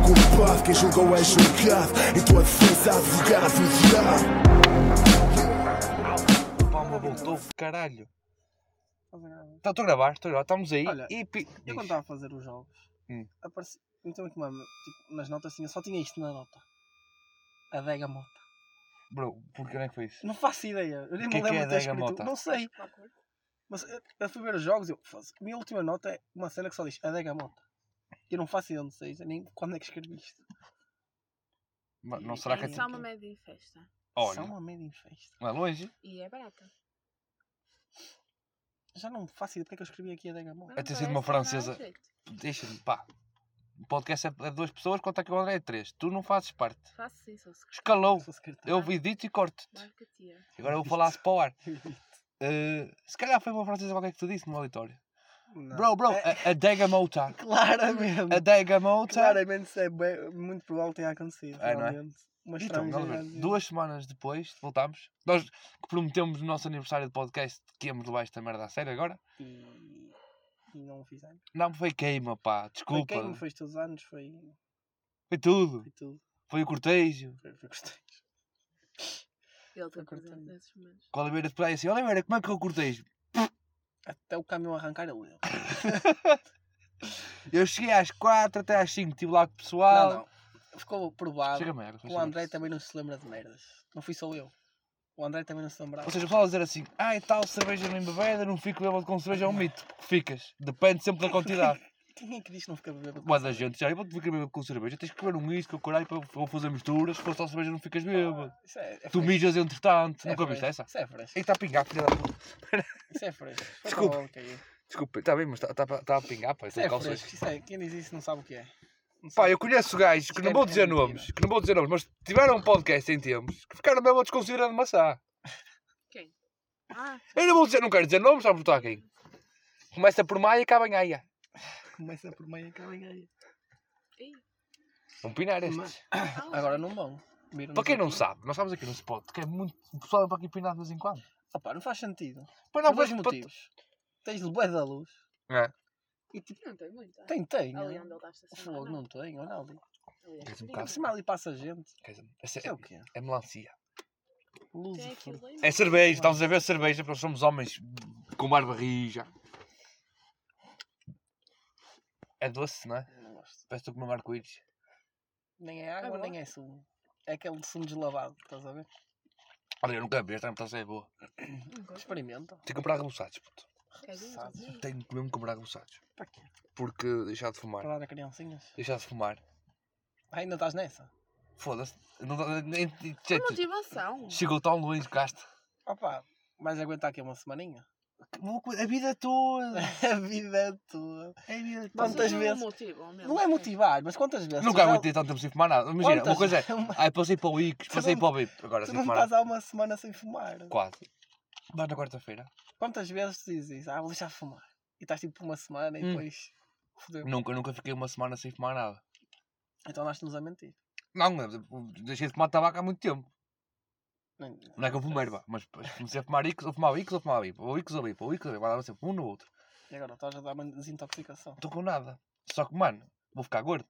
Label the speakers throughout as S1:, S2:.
S1: julgado, quem julgou é julgado. Em tua defesa, advogado, advogado.
S2: Palma voltou, caralho. Tá, Estou a gravar, estou a gravar, estamos aí.
S3: Olha,
S2: e pi...
S3: Eu quando estava a fazer os jogos,
S2: Hum.
S3: apareci... então aqui uma, tipo, nas notas assim, eu só tinha isto na nota. A Dega Mota.
S2: Bro, porque onde é que foi isso?
S3: Não faço ideia. Eu nem
S2: O que é
S3: me lembro
S2: que é
S3: de
S2: Adega
S3: ter escrito.
S2: Mota?
S3: Não sei. Mas eu, eu fui ver os jogos e eu faço. Minha última nota é uma cena que só diz Adega Mota. Eu não faço ideia onde seja, nem quando é que escrevi isto.
S2: Mas Não será que é
S4: é só uma
S2: tipo.
S4: média em festa.
S3: Só
S2: Olha,
S3: uma média em festa.
S2: não é longe?
S4: E é barata.
S3: Já não faço ideia porque é que eu escrevi aqui Adega Mota.
S2: Até sido uma francesa. Deixa-me, pá. O podcast é é de duas pessoas, conta que o André é de três. Tu não fazes parte.
S4: Faço sim, sou secretária.
S2: Escalou.
S3: Se fosse carteira.
S2: Eu vi dito e corto-te.
S4: Marca tia.
S2: Agora eu vou falar-se para o ar. Eh, se calhar foi uma francesa qualquer que tu disse no auditório.
S3: Não.
S2: Bro, bro,
S3: É-
S2: a, a Dega Mota.
S3: Claramente.
S2: A Dega Mota.
S3: Claramente isso é bem- muito provável que tenha acontecido.
S2: É, não é?
S3: realmente. Uma
S2: Então, vamos
S3: estrangeira.
S2: ver. Duas semanas depois, voltámos. Nós que prometemos no nosso aniversário de podcast que íamos levar esta merda a sério agora.
S3: E, e não fiz anos.
S2: Não, foi queima, pá.
S3: Foi
S2: Desculpa.
S3: quem me
S2: Foi,
S3: fez todos os anos foi,
S2: tudo.
S3: foi tudo.
S2: Foi o cortejo.
S3: Foi, foi gostei.
S4: Ele tem
S3: cortando.
S4: presente nesses momentos.
S2: Com a Oliveira de Praia assim: Oliveira, como é que é o cortejo?
S3: Até o caminhão arrancar ele deu.
S2: Eu cheguei às quatro até às cinco estive lá com o pessoal.
S3: Não, não. Ficou provado
S2: Chega merda.
S3: que o André também não se lembra de merdas. Não fui só eu. O André também não se lembrava.
S2: Ou seja, o pessoal a dizer assim, ai tal, cerveja não embebeda, não fico bêbado com cerveja, é um mito. Ficas. Depende sempre da quantidade.
S3: Quem é que diz que não fica bebendo?
S2: Mas a gente já, eu vou-te ficar bêbado com cerveja, tens que comer um whisky, o caralho, para ou fazer misturas, se for só cerveja não ficas bêbado.
S3: Isso é, é
S2: Tu
S3: fresco.
S2: mijas entretanto.
S3: Isso é
S2: Nunca viste essa?
S3: fresco. Isso é fresco.
S2: Ei, está a pingar, filha da puta.
S3: Isso é fresco. Foi
S2: Desculpa.
S3: provável que caiu.
S2: Desculpa, está bem, mas está tá, tá a pingar, pá, eu
S3: Isso
S2: estou de
S3: é
S2: calções.
S3: fresco. Isso é, quem diz isso não sabe o que é. Não
S2: Pá,
S3: sabe.
S2: eu conheço gajos que
S3: Isto
S2: não
S3: é-
S2: vou
S3: é
S2: dizer
S3: mentira.
S2: nomes, que não vou dizer nomes, mas tiveram um podcast em tempos que ficaram bêbados considerando maçã.
S4: Quem? Ah,
S2: Eu não vou dizer, não quero dizer nomes, sabe botar quem? Começa por Maia e acaba em Aia.
S3: Começa é por meio e acaba em aí.
S4: ei.
S2: Vão pinar este.
S3: Mas-
S4: ah,
S3: Agora não vão. Viram-nos
S2: Para quem não
S3: aqui.
S2: sabe, nós estamos aqui no spot, que é muito. O pessoal é para aqui pinar de vez em quando.
S3: Opa, não faz sentido.
S2: Para
S3: Não
S2: não
S3: Por dois
S2: para-
S3: motivos. Tens de bué da luz.
S2: É.
S3: E tipo,
S4: Não tem muita.
S3: tem, tem.
S4: Ali
S3: né?
S4: onde ele está estacionado. é?
S3: Fogo, não tem, olha ali.
S4: Ali
S2: Queres um
S3: Por
S4: é
S2: bocado?
S4: assim.
S3: cima ali passa gente.
S2: Quer dizer, essa
S3: Isso é
S2: é,
S3: o quê?
S2: é melancia.
S3: Luz
S4: Tem
S3: e
S4: aquilo
S3: fogo.
S4: ali.
S2: É cerveja, estamos a ver cerveja, porque nós somos homens com barba rija. É doce, não é?
S3: Não gosto.
S2: Parece que estou a comer um arco-íris.
S3: Nem é água,
S4: bom.
S3: nem é sumo. É aquele de sumo deslavado, estás a ver?
S2: Olha, eu nunca vi, esta portanto é boa.
S4: Não gosto.
S3: Experimenta.
S2: Tenho que comprar reboçados, puto.
S4: Queres um?
S3: Sabes.
S4: Sabes.
S2: Tenho que mesmo comprar reboçados.
S3: Para quê?
S2: Porque deixar de fumar.
S3: Para dar a criancinhas.
S2: Deixar de fumar.
S3: Ah, ainda estás nessa?
S2: Foda-se. Não dá- nem- nem-
S4: Que
S2: gente,
S4: motivação.
S2: Chegou tão longe, gasto.
S3: Opa, vais aguentar aqui uma semaninha?
S2: A vida é toda.
S3: a vida é tua.
S2: A vida toda.
S3: Quantas
S4: Vocês
S3: vezes?
S4: Não motivam mesmo.
S3: Não é motivar, mas quantas vezes?
S2: Nunca
S3: Tu já-
S2: aguentei tanto tempo sem fumar nada. Imagina,
S3: Quantas-
S2: uma coisa é. Ai, passei para o Icos,
S3: Tu
S2: passei
S3: não-
S2: para o BIP. Agora
S3: Tu
S2: sem
S3: não
S2: fumar
S3: estás há uma semana sem fumar.
S2: quase. Mas na quarta-feira?
S3: Quantas vezes tu dizes, ah, vou deixar de fumar? E estás tipo uma semana e
S2: Hum.
S3: depois. Fudeu.
S2: Nunca, nunca fiquei uma semana sem fumar nada.
S3: Então nós-nos a mentir.
S2: Não, deixei de fumar tabaco há muito tempo.
S3: Não,
S2: Não é que eu fumei, vá, mas comecei a fumar Icos, ou fumava Icos, ou fumava BIP. Ou Icos, ou BIP, ou Icos, ou BIP. Andava sempre um no outro.
S3: E agora estás a dar uma desintoxicação.
S2: Não estou com nada. Só que, mano, vou ficar gordo.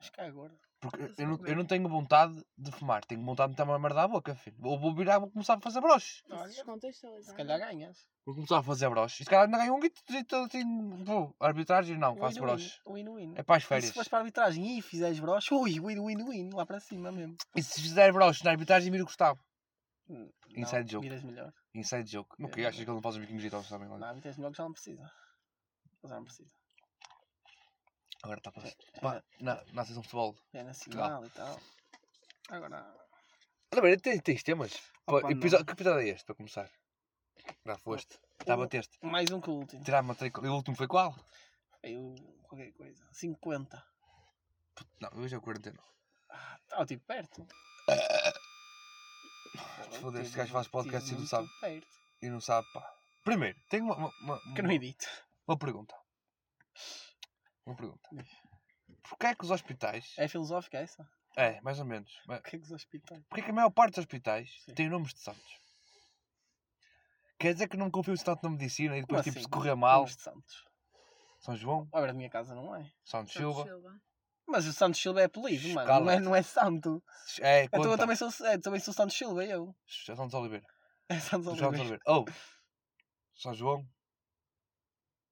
S3: Acho que é agora.
S2: Porque eu-
S4: Mas
S2: eu
S4: não
S2: não, eu
S4: bebe.
S2: não tenho vontade de fumar, tenho vontade de meter uma merda à boca, filho. Ou vou virar, vou começar a fazer broches.
S3: Olha,
S4: Isso descontextualiza.
S3: Se calhar ganhas.
S2: Vou começar a fazer broches. E se calhar ainda ganho um guito, então assim, vou, arbitragem
S3: Um
S2: não, faço broches.
S3: Win-win.
S2: É para as
S3: E
S2: férias.
S3: se fores para a arbitragem e fizeres broche, ui, win-win-win, lá para cima mesmo.
S2: E se fizer broches na arbitragem, vira o Gustavo.
S3: Hum, não,
S2: Inside joke.
S3: Miras melhor.
S2: Inside joke. Não que
S3: É.
S2: achas que ele não faz um biquinho digital também lá?
S3: Não, miras melhor que já não precisa. Já não precisa.
S2: Agora está a passar. Pá, na, na sessão de futebol.
S3: É nacional e tal. Agora,
S2: Olha bem, tens, tens temas.
S3: Opa,
S2: Pá,
S3: não.
S2: episódio- que episódio é este para começar? Já foste. Já
S3: O-
S2: bateste.
S3: mais um que o último.
S2: Tirar a matrícula. E o último foi qual?
S3: Aí o qualquer coisa. 50.
S2: Não, hoje é o 49.
S3: Ah, tá, tipo perto.
S2: Foda-se, este gajo faz podcast e não sabe.
S3: Perto.
S2: E não sabe, pá. Primeiro, tenho uma, uma, uma,
S3: Que não edito.
S2: uma pergunta. Uma pergunta. Porquê é que os hospitais.
S3: É filosófica essa?
S2: É, mais ou menos. mas
S3: O que é que os hospitais?
S2: Porquê é que a maior parte dos hospitais
S3: Sim.
S2: tem nomes de santos? Quer dizer que não confio tanto na medicina e depois,
S3: Como
S2: tipo,
S3: assim?
S2: se correr mal,
S3: Nomes de Santos.
S2: São João,
S3: Obra da minha casa não é.
S2: Santos
S4: Santos
S2: Silva,
S4: Silva.
S3: Mas o Santos Silva é apelido, mano. Não é,
S2: Escala-te.
S3: não é Santo.
S2: É,
S3: Então eu
S2: conta.
S3: também sou, é, também sou Santos Silva, eu.
S2: Já Santos Oliveira.
S3: É Santos
S2: João de
S3: Oliveira.
S2: Oliveira. Ou São João,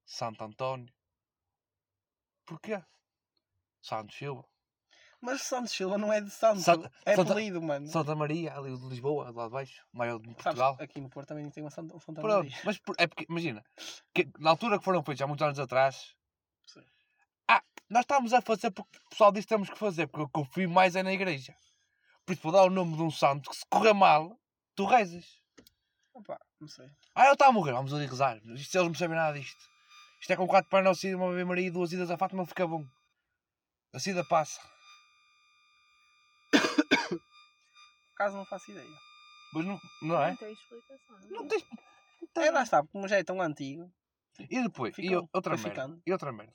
S2: Santo António. Porquê? Santos Silva.
S3: Mas Santos Silva não é de Santo.
S2: Santo-
S3: É
S2: Santo-
S3: apelido, mano.
S2: Santa Maria, ali de Lisboa, lá de baixo, maior de
S3: Sabes,
S2: Portugal.
S3: aqui no Porto também tem uma um Santa, Santa
S2: Pronto,
S3: Maria.
S2: mas por- é porque, imagina, que na altura que foram feitos, há muitos anos atrás,
S3: Sim.
S2: ah, nós estamos a fazer porque o pessoal diz que temos que fazer, porque eu confio mais é na igreja. Por isso vou dar o nome de um santo que se correr mal, tu rezes.
S3: Opa, não sei.
S2: Ah, ele está a morrer, vamos ali rezar. Isto eles não sabem nada disto. Isto é com quatro Pai Nosso e uma Ave Maria e duas idas a Fátima, fica bom. A sida passa.
S3: Por acaso não faço ideia.
S2: Mas não, não é?
S4: Não tem explicação. Não, Ah,
S2: Não
S4: tem.
S2: tens... Então
S3: É, lá está, como já é tão antigo.
S2: E depois, e
S3: Ficou,
S2: o- outra
S3: foi
S2: merda.
S3: ficando.
S2: E outra merda.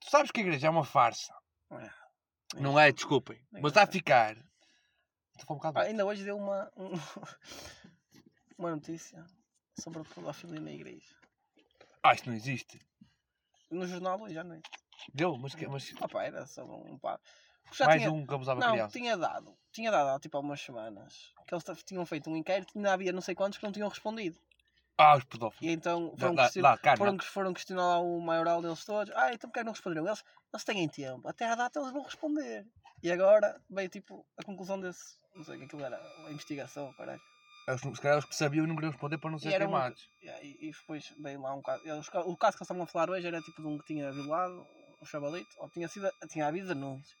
S2: Tu sabes que a igreja é uma farsa.
S3: É.
S2: Não é, desculpem.
S3: É
S2: Mas está a ficar. Estou a um bocado.
S3: Ah, ainda hoje deu uma, um- uma notícia sobre a pedofilia na igreja.
S2: Ah, isto não existe.
S3: No jornal hoje à noite.
S2: Deu, mas. que- mas
S3: Opa, era só um pá.
S2: mais um que abusava
S3: Não,
S2: criança.
S3: tinha dado. Tinha dado há tipo há umas semanas. Que eles t- tinham feito um inquérito e ainda havia não sei quantos que não tinham respondido.
S2: Ah, os pedófilos.
S3: E então
S2: Dá,
S3: foram,
S2: dá,
S3: question-
S2: dá, carne,
S3: foram, foram questionar lá o maioral deles todos. Ah, então porque é que não responderam? Eles, eles têm tempo. Até à data eles vão responder. E agora veio tipo a conclusão desse. Não sei o que aquilo era. A investigação, caralho.
S2: dá. Os- Se calhar os que sabiam e não queriam responder para não ser
S3: E era um-
S2: queimados.
S3: Yeah, E, e depois veio lá um caso. eles- o caso que eles estavam a falar hoje era tipo de um que tinha violado um chavalito. Ou tinha, sido, tinha havido denúncias.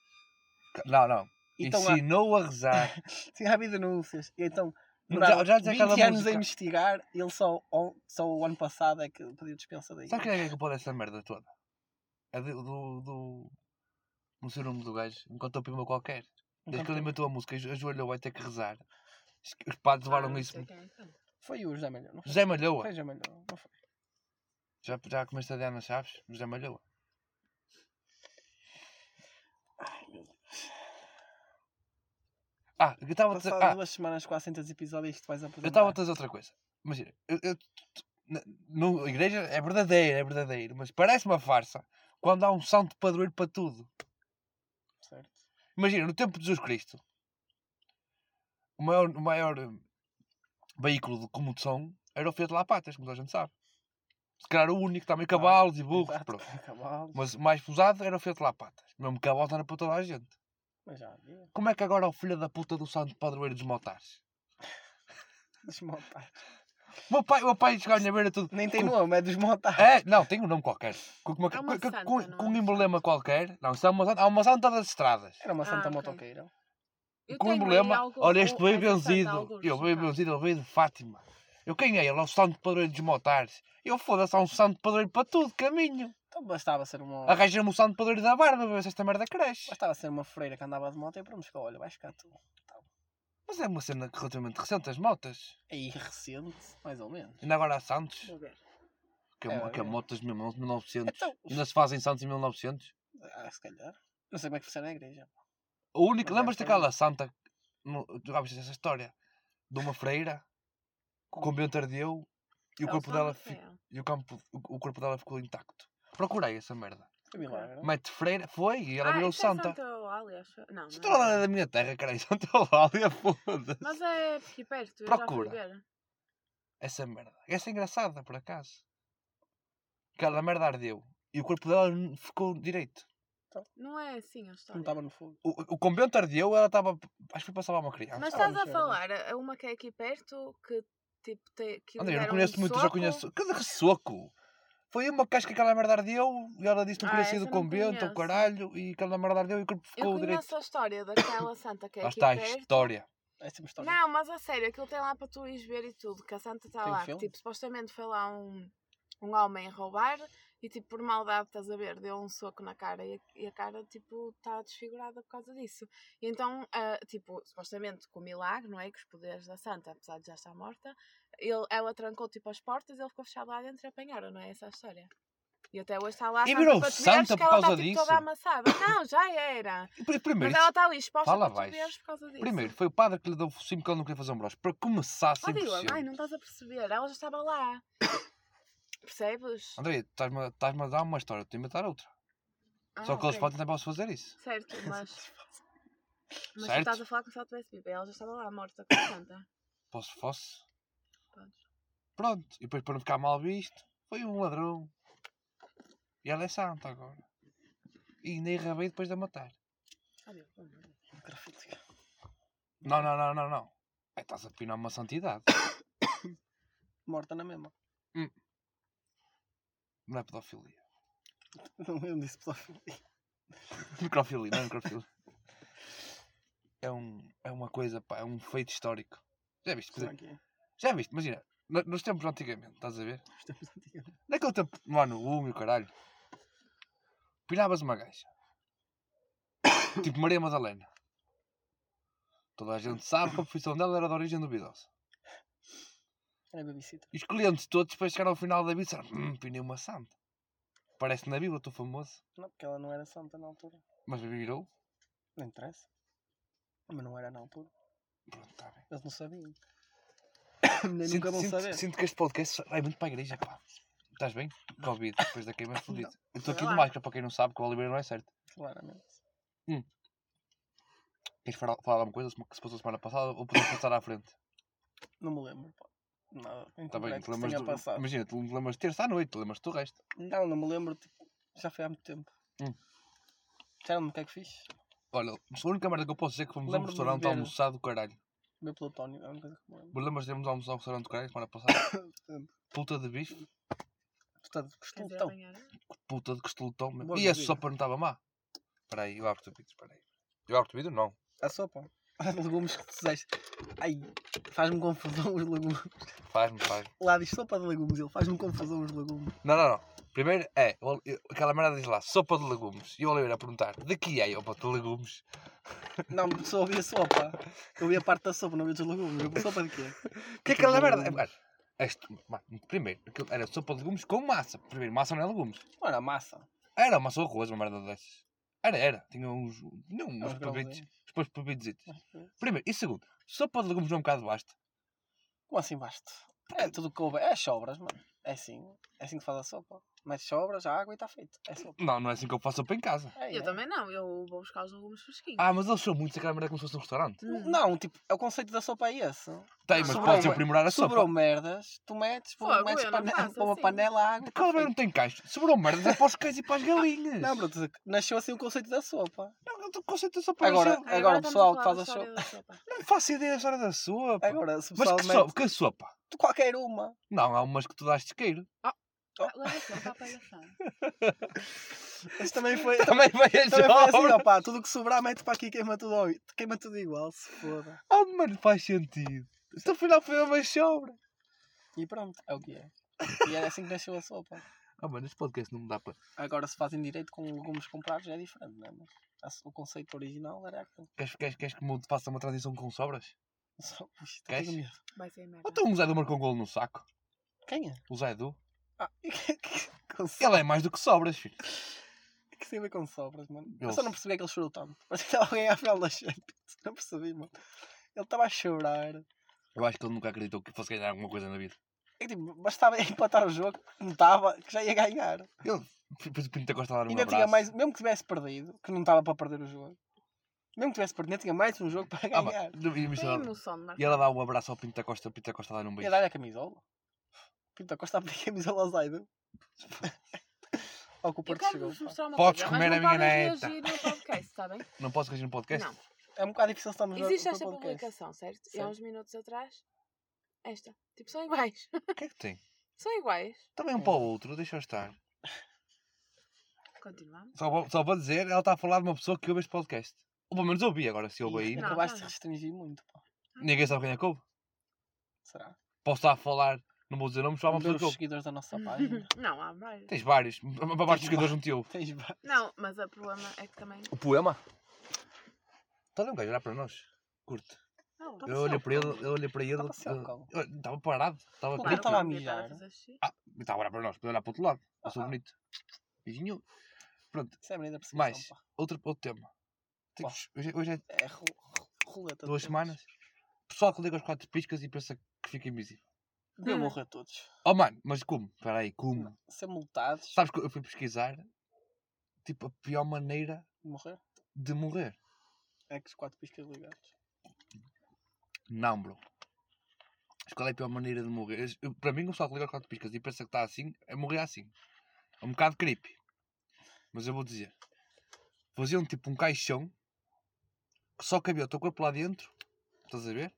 S2: Não, não.
S3: Então lá-
S2: Ensinou a rezar.
S3: Tinha havido denúncias. E então,
S2: Não,
S3: demoraram
S2: já- já dizia
S3: 20
S2: aquela
S3: anos
S2: música.
S3: a investigar e ele só, on- só o ano passado é que pediu dispensa daí.
S2: Sabe quem é que é culpado dessa merda toda? É do. do. do... Não sei o nome do gajo. Enquanto eu prima qualquer. Uhum. Desde
S3: Uhum.
S2: que ele inventou a música, ajo- ajoelhou, vai ter que rezar. Os- Os padres levaram
S4: Ah,
S2: isso.
S4: é, então.
S3: Foi o José Malhão, não foi?
S2: José Malhoa.
S3: Foi o José Malhão, não foi?
S2: Já, já comeste a Diana Chaves? José Malhoa. Ah, eu estava a dizer.
S3: Passaram
S2: Ah,
S3: duas semanas quase 400 episódios que tu vais apresentar.
S2: eu estava a dizer outra coisa. Imagina, eu, eu- na, no- a igreja é verdadeira, é verdadeiro, mas parece uma farsa quando há um santo padroeiro para tudo.
S3: Certo.
S2: Imagina, no tempo de Jesus Cristo, o maior, o maior hum, veículo de comoção era o Fiat La Patas, como toda a gente sabe. Se calhar o único, também cavalos e burros,
S3: Exato.
S2: pronto.
S3: Cavalos,
S2: Mas o mais pesado era o Fiat La Patas. Mesmo que a volta era para toda a gente.
S3: mas já havia.
S2: Como é que agora o filho da puta do santo padroeiro dos motares?
S3: Desmontar.
S2: O meu pai, o meu pai chegava à minha beira tudo.
S3: Nem tem
S2: com-
S3: nome, é desmontar.
S2: É, não, tem um nome qualquer. Com, uma-
S4: É uma
S2: com-
S4: santa,
S2: com-
S4: não
S2: com
S4: é?
S2: um emblema qualquer. Não, isso é uma santa, há uma santa das estradas.
S3: É? Era uma
S4: Ah,
S3: santa
S4: ok.
S3: motoqueira.
S2: com um emblema, olha este bem benzido. Eu bem
S4: benzido.
S2: benzido, ele veio de Fátima. Eu quem é? Ele é o santo padroeiro dos motares. Eu foda-se, há um santo padroeiro para tudo, caminho.
S3: Então bastava ser uma.
S2: Arranja-me o santo padroeiro da barba para ver se esta merda cresce.
S3: Bastava ser uma freira que andava de moto e pronto, ficou, olha, vais ficar tu.
S2: Mas é uma cena relativamente recente, as motas.
S3: Aí recente, É mais ou menos.
S2: Ainda agora há santos.
S4: Vou ver.
S2: Que, é,
S3: É,
S2: que é
S3: é.
S2: motas de 1900.
S3: Então,
S2: Ainda se fazem santos em 1900.
S3: ah, se calhar. Não sei como é que funciona a igreja.
S2: O único,
S3: Mas é,
S2: lembras-te
S3: foi
S2: daquela santa, no, tu já viste essa história? De uma freira que o convento ardeu e o
S4: É
S2: corpo
S4: São
S2: dela, fi-
S4: Rafael.
S2: e o campo, o, o corpo dela ficou intacto. Procurei essa merda.
S3: Foi milagre.
S2: Mete freira, foi e ela
S4: Ah,
S2: virou
S4: isso é
S2: santa.
S4: Santa Eulália, acho- Não, não.
S2: Santa Lália é da minha terra, caralho, Santa Lália, foda-se.
S4: Mas é aqui perto. eu
S2: Procura.
S4: Já fui ver.
S2: Essa merda. Essa é engraçada, por acaso. Aquela merda ardeu e o corpo dela n- ficou direito.
S4: Não é assim a
S3: Não
S4: história.
S2: tá
S3: estava no fogo.
S2: O, o convento ardeu, ela estava. Acho que foi para salvar uma criança.
S4: Mas
S3: Ah,
S4: estás
S3: mas
S4: a
S3: é
S4: falar, a a uma que é aqui perto, que tipo tem. Que
S2: André, eu não
S4: deram um
S2: conheço muito, eu já
S4: soco.
S2: conheço. Cada soco! Foi uma casca que aquela merda ardeu e ela disse que não
S4: Ah,
S2: queria sair
S4: essa
S2: do
S4: eu não
S2: convento, o
S4: conheço.
S2: caralho, e aquela merda ardeu e o corpo
S4: Eu
S2: ficou
S4: conheço
S2: direito.
S4: a história daquela santa que é
S2: Lá
S4: aqui
S2: está a
S4: perto.
S2: história.
S3: Essa é uma história.
S4: Não, mas a sério, aquilo tem lá para tu ires ver e tudo, que a santa está
S3: Tem
S4: lá.
S3: filme?
S4: Tipo, supostamente foi lá um, um homem a roubar e tipo, por maldade, estás a ver, deu um soco na cara e a, e a cara tipo está desfigurada por causa disso. E então, ah, tipo, supostamente com o milagre, não é? Que os poderes da santa, apesar de já estar morta, ele, ela trancou tipo as portas, ele ficou fechado lá dentro e apanharam, não é essa a história? E até hoje está lá a
S2: E
S4: santa
S2: virou
S4: para tu veres
S2: santa por
S4: que ela está
S2: causa
S4: tipo,
S2: disso?
S4: toda amassada. Não, já era.
S2: E pri- Primeiro,
S4: Mas ela
S2: isso-
S4: está ali exposta
S2: Fala
S4: para tu
S2: abaixo.
S4: veres por causa disso.
S2: primeiro, foi o padre que lhe deu o focinho porque ele não queria fazer um broche. Para começar,
S4: Ó, Dylan, ai,
S2: 100%.
S4: não estás a perceber. Ela já estava lá. Percebes?
S2: André, estás-me a- estás-me a dar uma história, eu te a inventar outra.
S4: Ah,
S2: Só que eles
S4: ok.
S2: podem também fazer isso.
S4: Certo, mas. Mas
S2: Certo.
S4: tu estás a falar como se ela tivesse viva. Ela já estava lá morta com a planta.
S2: Posso fosse.
S4: Podes.
S2: Pronto. E depois para não ficar mal visto, foi um ladrão. E ela é santa agora. E nem rabei depois de a matar.
S4: Olha, pelo amor de Deus.
S3: Grafite.
S2: Não, não, não, não, não. É, estás a pinar uma santidade.
S3: Morta na mesma.
S2: Não é pedofilia.
S3: Não, eu não disse pedofilia.
S2: Necrofilia, não é necrofilia. É, um, é uma coisa, pá, é um feito histórico. Já viste? por
S3: Será
S2: exemplo,
S3: que é?
S2: Já viste? Imagina, no- nos tempos de antigamente, estás a ver?
S3: Nós temos antigamente.
S2: Naquele tempo, mano, o um e o caralho. Piravas uma gaja. tipo Maria Madalena. Toda a gente sabe que a profissão dela era de origem duvidosa.
S3: Era babysitter.
S2: E os clientes todos, depois chegaram ao final da vida, disseram: Hum, pinei uma santa. Parece na Bíblia, estou famoso.
S3: Não, porque ela não era santa na altura.
S2: Mas virou.
S3: Não interessa. Mas não era na altura.
S2: Pronto, está bem.
S3: Eles não sabiam. Nem nunca
S2: Sinto,
S3: vão
S2: sinto,
S3: saber.
S2: sinto que este podcast vai muito para a igreja, pá. Estás bem? Covid, depois da queima é fodido. Eu estou aqui
S4: Vai
S2: de
S4: lá.
S2: máscara, para quem não sabe, que o Oliveira não é certo.
S3: Claramente.
S2: Queres falar, falar alguma coisa que se passou a semana passada ou podemos passar à frente?
S3: Não me lembro, pá. Nada. Em
S2: Tá bem, te
S3: concreto que
S2: lembras
S3: tenha
S2: do,
S3: passado.
S2: imagina, te lembras de terça à noite, te lembras do resto.
S3: Não, não me lembro. Tipo, já foi há muito tempo.
S2: Hum.
S3: Já não me lembro o que é que fiz.
S2: Olha, a única merda que eu posso dizer é que fomos a um
S3: Lembro-me de
S2: restaurante
S3: ver-
S2: almoçar do caralho.
S3: Meu plutónio. É uma coisa que me lembro.
S2: Mas lembras de irmos almoçar a um restaurante do caralho semana passada?
S3: Lembro.
S2: Puta de bife,
S3: Tu estás de
S4: Quer
S3: costume,
S4: dizer,
S3: então.
S4: amanhã era?
S2: puta de costeletão mesmo.
S3: Boa
S2: E essa
S3: bebida.
S2: sopa não estava má. Espera aí, eu abro-te o vidro, espera aí. Eu abro-te o vidro? Não.
S3: A sopa. De legumes que tu disseste. Ai, faz-me confusão os legumes.
S2: Faz-me, faz.
S3: Lá diz sopa de legumes. Ele faz-me confusão os legumes.
S2: Não, não, não. Primeiro é, o- eu- aquela merda diz lá, sopa de legumes. E o Oliveira a perguntar, de que é a sopa de legumes?
S3: Não, só ouvi a sopa. Eu vi a parte da sopa, não vi dos legumes. Eu vi sopa de quê?
S2: Que é aquela merda? É, mano, este- mano, primeiro, aquilo era sopa de legumes com massa. Primeiro, massa não é legumes.
S3: Ora, massa.
S2: Era uma só arroz, uma merda dessas. Era, era. Tinha uns. Não, uns
S3: grãos,
S2: papitos.
S3: é.
S2: Os meus papitos.
S3: grãos.
S2: Primeiro. E segundo, sopa de legumes não é um bocado basta.
S3: Como assim basta? É tudo que houve. É as sobras, mano. É assim. É assim que faz a sopa. Mete sobras, água e está feito. É sopa.
S2: Não, não é assim que eu faço sopa em casa.
S3: É,
S4: Eu
S3: é.
S4: também não, eu vou buscar os legumes fresquinhos.
S2: Ah, mas eles são muito aquela merda como se fosse um restaurante.
S4: Hum.
S3: Não, tipo, é o conceito da sopa é esse.
S2: Tem, mas
S3: Sobrou,
S2: podes
S3: ué.
S2: aprimorar a
S3: Sobrou
S2: sopa.
S3: merdas, tu metes, pô,
S4: Fogo,
S3: metes
S4: eu não
S3: pane-
S4: faço
S3: pô, uma
S4: assim.
S3: panela, água e tá
S2: Aquela merda
S3: feito.
S2: não tem caixa. Sobrou merdas é para os cães e para as galinhas.
S3: Não, bro, tu- nasceu assim o conceito da sopa.
S2: Não, eu estou concentrado só para
S3: Agora-
S2: Agora...
S4: Ai,
S3: agora o
S4: estamos
S3: pessoal
S4: a falar
S3: faz
S4: da
S3: a
S4: história da sopa.
S2: Não faço ideia da história da sopa.
S3: Agora, se o
S2: mas
S3: pessoal
S2: que,
S3: mete
S2: sopa, que sopa?
S3: de qualquer uma.
S2: Não, há umas que tu dás isqueiro.
S4: Ah, Leva a sopa à palhação.
S3: Isso também foi. também
S2: Também vai a
S3: também foi assim,
S2: sobra.
S3: opá, tudo que sobrar mete para aqui e queima tudo, ao- queima tudo igual, se foda.
S2: Ah, mano, faz sentido. Isto afinal foi uma sobra.
S3: E pronto, é o que é. E era assim que nasceu a sopa.
S2: Ah, mano, este podcast não me dá para.
S3: Agora, se fazem direito com legumes comprados, é diferente, não é? Mas a- o conceito original era aquele.
S2: Queres, queres, queres que mude, faça uma tradição com sobras?
S3: Só- Ixi,
S2: Queres?
S3: tenho medo.
S4: Vai ser merda.
S2: Ou tem um Zé do marcou um golo no saco?
S3: Quem é?
S2: O Zé do?
S3: Ah, que, que, conceito.
S2: Ele é mais do que sobras, filho.
S3: que tem a ver com sobras, mano? Eu
S2: Ele-
S3: só não percebi é que ele chorou tanto. Parecia que estava alguém à final da Champions. Não percebi, mano. Ele estava a chorar.
S2: Eu acho que ele nunca acreditou que fosse ganhar alguma coisa na vida.
S3: É que, tipo, bastava empatar o jogo, não estava, que já ia ganhar.
S2: Depois o Pinto da Costa um lá no
S3: ainda tinha mais, mesmo que tivesse perdido, que não estava para perder o jogo. Mesmo que tivesse perdido, ainda tinha mais um jogo para
S2: Ah, mas,
S3: ganhar.
S2: e,
S4: Tem
S2: ela,
S4: emoção de marcar.
S2: e ela dá um abraço ao Pinto da Costa, o Pinto da Costa dá-lhe um
S3: Ia
S2: beijo.
S3: dar-lhe a camisola. Pinto da Costa a pedir a camisola ao Zaido. ao que o
S4: Eu
S3: Porto
S4: quero
S3: chegou.
S4: vos
S3: pá.
S4: mostrar uma
S2: Podes
S4: coisa,
S2: comer
S4: mas
S2: a
S4: não
S2: minha
S4: podem
S2: neta.
S4: reagir no podcast, está bem?
S2: Não posso reagir no podcast?
S4: Não.
S3: É um bocado difícil estamos
S4: Existe
S3: no
S4: esta
S3: podcast.
S4: publicação, certo? E
S3: Sim.
S4: há uns minutos atrás, esta. Tipo, são iguais.
S2: O que é que tem?
S4: São iguais.
S2: Também um para o outro, deixa eu estar.
S4: Continuamos.
S2: Só vou, só vou dizer, ela está a falar de uma pessoa que ouve este podcast. Ou pelo menos ouvi agora, se ouve aí.
S3: E
S4: Não,
S3: acabaste de
S4: não.
S3: restringir muito, pá.
S2: Ninguém sabe quem é que ouve.
S3: Será?
S2: Posso estar a falar, não vou dizer nomes, só há uma
S3: Vamos ver
S2: pessoa
S3: os
S2: que ouve.
S3: seguidores da nossa página.
S4: Não, há vários.
S2: Tens vários, para baixo dos seguidores não te ouve.
S3: Tens vários.
S4: Não, mas o problema é que também.
S2: O poema? Está ali um gajo a olhar para nós. Curto.
S4: Não,
S3: Tá
S2: Eu olhei
S3: certo.
S2: para ele, eu olhei para ele.
S3: Tava certo,
S2: eu-
S3: calma.
S2: eu- Estava parado. Estava
S3: Claro.
S2: parado.
S3: estava a
S4: não, eu estava
S3: mijar.
S4: fazer xixi.
S2: Estava a olhar para nós, para olhar para o outro lado. Eu sou
S3: Ah.
S2: bonito. Beijinho. Pronto,
S3: Isso é a menina da
S2: mais.
S3: perseguição, pá.
S2: Outro, outro tema. Temos- hoje, hoje é
S3: É ru- ru- roleta. de
S2: duas
S3: temas.
S2: semanas. Pessoal que liga os quatro piscas e pensa que fica invisível.
S3: Deviam
S4: Hum.
S3: morrer todos.
S2: Oh mano, mas como? Espera aí, como?
S3: Ser multados.
S2: Sabes que eu fui pesquisar. tipo, a pior maneira
S3: Morrer?
S2: de morrer.
S3: É que os quatro piscas ligados.
S2: Não, bro. Mas qual é a pior maneira de morrer? Eu- Para mim, o pessoal que liga aos quatro piscas e pensa que está assim, é morrer assim. É um bocado creepy. Mas eu vou dizer. Faziam tipo um caixão que só cabia o teu corpo lá dentro. Estás a ver?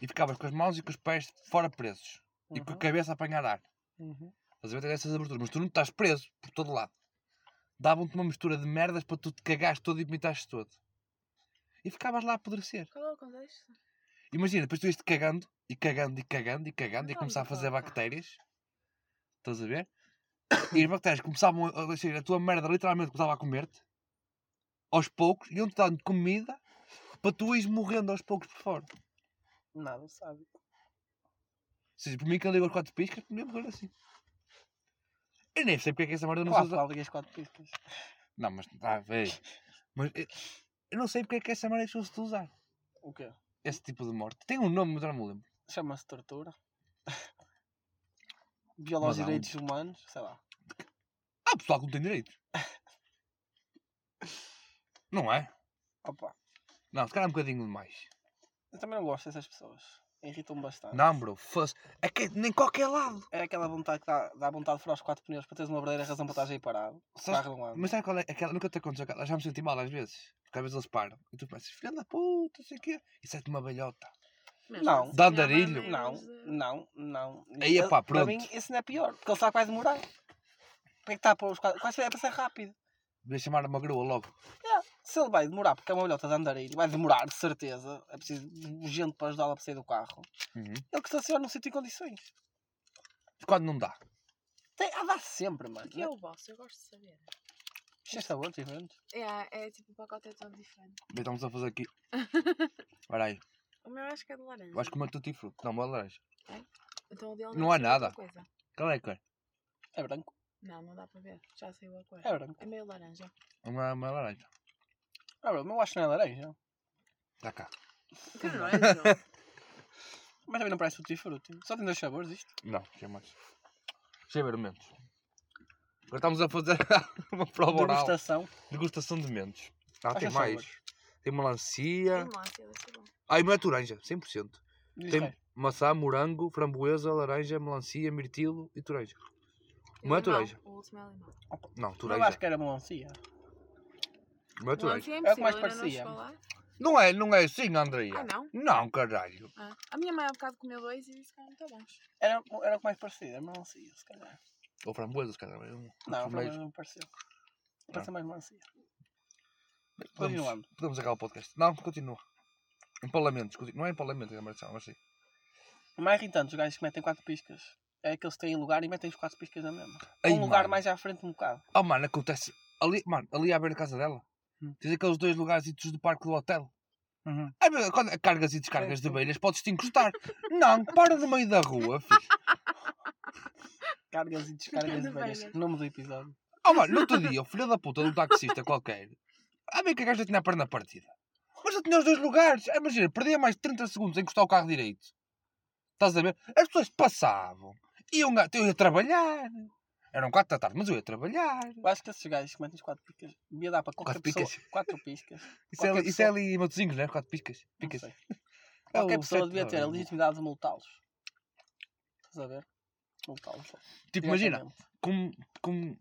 S2: E ficavas com as mãos e com os pés fora presos. E com a
S3: Uhum.
S2: cabeça a apanhar ar.
S3: Uhum.
S2: Estás a ver? Tem essas aberturas. Mas tu não estás preso por todo lado. Davam-te uma mistura de merdas para tu te cagares todo e vomitares todo. E ficavas lá a apodrecer.
S4: Qual é o contexto?
S2: Imagina, depois tu ias-te cagando e cagando e cagando e cagando e
S4: Não,
S2: começar a
S4: não
S2: fazer
S4: dá.
S2: bactérias. Estás a ver? E as bactérias começavam a- a assim, a tua merda literalmente começava a comer-te aos poucos, iam-te dando comida para tu ires morrendo aos poucos por fora. Ou
S3: Nada, sabe?
S2: seja, por mim que eu ligo aos quatro piscas, podia morrer assim. Eu nem sei porque é que essa merda não se
S3: Claro,
S2: usa.
S3: claro, as quatro piscas.
S2: Não, mas está a ver. Mas eu, eu não sei porque é que essa merda deixou-se de usar.
S3: O quê?
S2: Esse tipo de morte. Tem um nome, mas eu não me lembro.
S3: Chama-se tortura. Viola os
S2: Mas há um-
S3: direitos humanos, sei lá.
S2: Há Ah, pessoal que não tem direitos. Não é?
S3: Opa,
S2: Não, se calhar é um bocadinho demais.
S3: eu também não gosto dessas pessoas. Irritam-me bastante.
S2: Não, bro, faz. É que é nem qualquer lado.
S3: É aquela vontade que dá, dá vontade de furar os quatro pneus para teres uma verdadeira razão para estás aí parado.
S2: Sabes-
S3: Barra de um lado.
S2: Mas sabe qual é? Aquela, nunca te aconteceu aquela. Já me senti mal às vezes. Porque às vezes eles param. E tu pensas, filha da puta, sei o quê. E sai-te uma balhota.
S3: Não.
S4: assim,
S2: Dá
S4: há
S2: andarilho.
S4: maneiras
S3: Não,
S4: de-
S3: não, não.
S2: Aí,
S3: Eu-
S2: epá,
S3: Para
S2: pronto.
S3: mim, esse não é pior, porque ele sabe que vai demorar. Para que está a pôr os quatro? Quase é para ser rápido.
S2: Devia chamar uma grua logo.
S3: Se ele vai demorar, porque é uma olhota de andarilho, vai demorar, de certeza. É preciso de gente para ajudá-la para sair do carro.
S2: Uhum.
S3: Ele que estaciona num sítio em condições.
S2: Quando não dá.
S3: Tem, ah, dá sempre, mano.
S4: O que é o vosso? Eu gosto de saber.
S3: Cheio de sabor, diferente.
S4: É, é tipo, o pacote é tão diferente.
S2: Bem, estamos a fazer aqui. Olha aí.
S4: O meu acho que é de laranja.
S2: Vais comer tutti fruto. Não, uma laranja.
S4: Então, o dele
S2: Não há
S4: sei outra
S2: nada.
S4: coisa.
S2: Qual é a cor?
S3: É branco,
S4: Não, não dá para ver. Já saiu a cor.
S3: é branco.
S4: É meio laranja.
S2: Uma, uma laranja.
S3: Ah, bro, mas eu acho que não é laranja.
S2: Está Tá cá.
S4: Que nojo.
S3: Mas também não parece tutti frutti. Só tem dois sabores isto.
S2: Não, tinha mais. Sem ver mentos. é Agora estamos a fazer uma prova oral.
S3: Degustação.
S2: Degustação de mentos. Ah,
S3: Acha
S2: tem
S3: sabor?
S2: mais. Tem melancia.
S4: Tem É melancia, deve ser bom.
S2: Ah, e não é toranja, 100%.
S3: Diz
S2: Tem
S3: bem.
S2: maçã, morango, framboesa, laranja, melancia, mirtilo e toranja.
S4: E
S2: Não é
S4: limão.
S2: toranja.
S4: O último é limão.
S2: Não,
S3: Eu acho
S2: toranja.
S3: que era melancia.
S2: Não é toranja.
S4: Melancia é
S3: É o que
S4: impossível,
S3: mais
S4: ainda não
S3: parecia.
S4: chegou lá.
S2: Não é, não é assim, Andréia.
S4: Ah, não?
S2: Não, caralho.
S4: Ah, A minha mãe há bocado comeu dois e disse que eram muito bons.
S3: Era, era o que mais parecia, era melancia, se calhar.
S2: Ou framboesa, se calhar. é um Não,
S3: Não, para
S2: Primeiro.
S3: mim não pareceu.
S2: Ah.
S3: Parece mais melancia.
S2: Podemos,
S3: Continuando.
S2: podemos acabar o podcast. Não, continua. Empalamentos. continua. Não é empalamento, é marcação, mas sim.
S3: O mais irritante, os gajos que metem quatro piscas. É que eles têm lugar e metem os quatro piscas na mesma.
S2: Ei,
S3: um lugar
S2: mano.
S3: mais à frente um bocado.
S2: Oh, mano, acontece. Ali, mano, ali à beira da casa dela.
S3: Hum.
S2: Tens aqueles dois lugarzitos do parque do hotel. Ah, mas quando cargas e descargas de
S3: Certo.
S2: abelhas, podes-te encostar. não, para no meio da rua, filho.
S3: Cargas e descargas de velhas. Nome do episódio.
S2: Oh, mano, no outro dia, o filho da puta de um taxista qualquer, a bem que a gaja tinha a perna partida. Mas eu tinha os dois lugares. Ah, Imagina, perdia mais de 30 segundos em encostar o carro direito. Estás a ver? As pessoas passavam. E eu, eu ia trabalhar. Eram quatro da tarde, mas eu ia trabalhar.
S3: Eu acho que esses gajos que metem os quatro piscas devia dar para qualquer
S2: Quatro
S3: pessoa.
S2: piscas?
S3: Quatro piscas.
S2: Isso é,
S3: Qualquer
S2: ali- isso é ali em Matosinhos, não é? Quatro picas.
S3: Não
S2: picas.
S3: sei.
S2: É
S3: Qualquer
S2: o
S3: pessoa
S2: sete-
S3: devia ter a
S2: o-
S3: legitimidade de multá-los. Estás a ver? Multá-los.
S2: Tipo, imagina,
S3: diretamente.
S2: como, como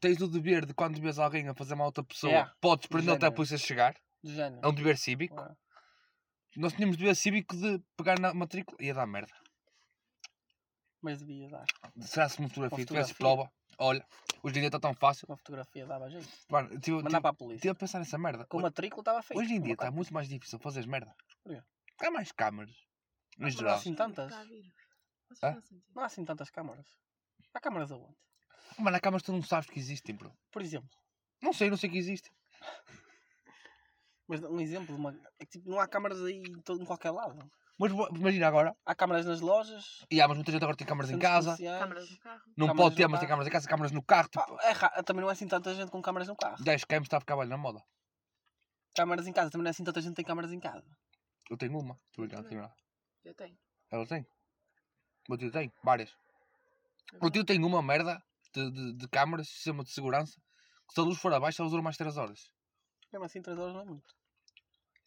S2: tens o dever de quando vês alguém a fazer mal a outra pessoa,
S3: Yeah.
S2: podes prender até a
S3: Género.
S2: polícia chegar.
S3: De
S2: É
S3: género. é?
S2: um dever cívico.
S3: Ué.
S2: Nós tínhamos dever cívico de pegar na matrícula. Ia dar merda.
S3: Mas devia dar.
S2: Tirasse uma fotografia,
S3: Uma
S2: tivesse
S3: fotografia.
S2: prova. Olha, hoje em dia está tão fácil.
S3: Uma fotografia dava jeito.
S2: Mano, eu tive,
S3: Mandar
S2: tive,
S3: para a polícia.
S2: tive a pensar nessa merda.
S3: Com
S2: Ho-
S3: matrícula estava feito.
S2: hoje em dia tá está
S3: Uma quatro.
S2: muito mais difícil fazeres merda.
S3: Porquê?
S2: Há mais câmaras. No
S4: Mas
S2: geral.
S3: assim- tantas?
S4: Está a vir. Vocês
S2: Hã?
S4: não sentiram?
S3: Não há assim tantas câmaras. Há câmaras aonde?
S2: Mano, há câmaras que tu não sabes que existem, bro.
S3: Por exemplo.
S2: Não sei, não sei que existem.
S3: Mas um exemplo de uma. É que tipo, não há câmaras aí em, todo, em qualquer lado.
S2: Mas bo- imagina agora.
S3: Há câmaras nas lojas.
S2: E há, mas muita gente agora tem câmaras em
S3: centros
S2: casa.
S3: comerciais.
S4: Câmaras no carro.
S2: Não
S3: Câmaras
S2: pode ter,
S3: no
S2: mas tem
S3: carro.
S2: câmaras em casa, câmaras no carro.
S3: Pá,
S2: Tipo,
S3: é ra- também não é assim tanta gente com câmaras no carro.
S2: 10 câmaras está tá a ficar bem na moda.
S3: Câmaras em casa, também não é assim tanta gente que tem câmaras em casa.
S2: Eu tenho uma. Estou brincando, não tenho nada.
S4: Eu tenho.
S2: Ela tem. O meu tio tem, várias. O tio tem uma merda de, de, de câmaras, sistema de segurança, se a luz for abaixo, ela dura mais 3 horas.
S3: Mesmo assim, 3 horas não é muito.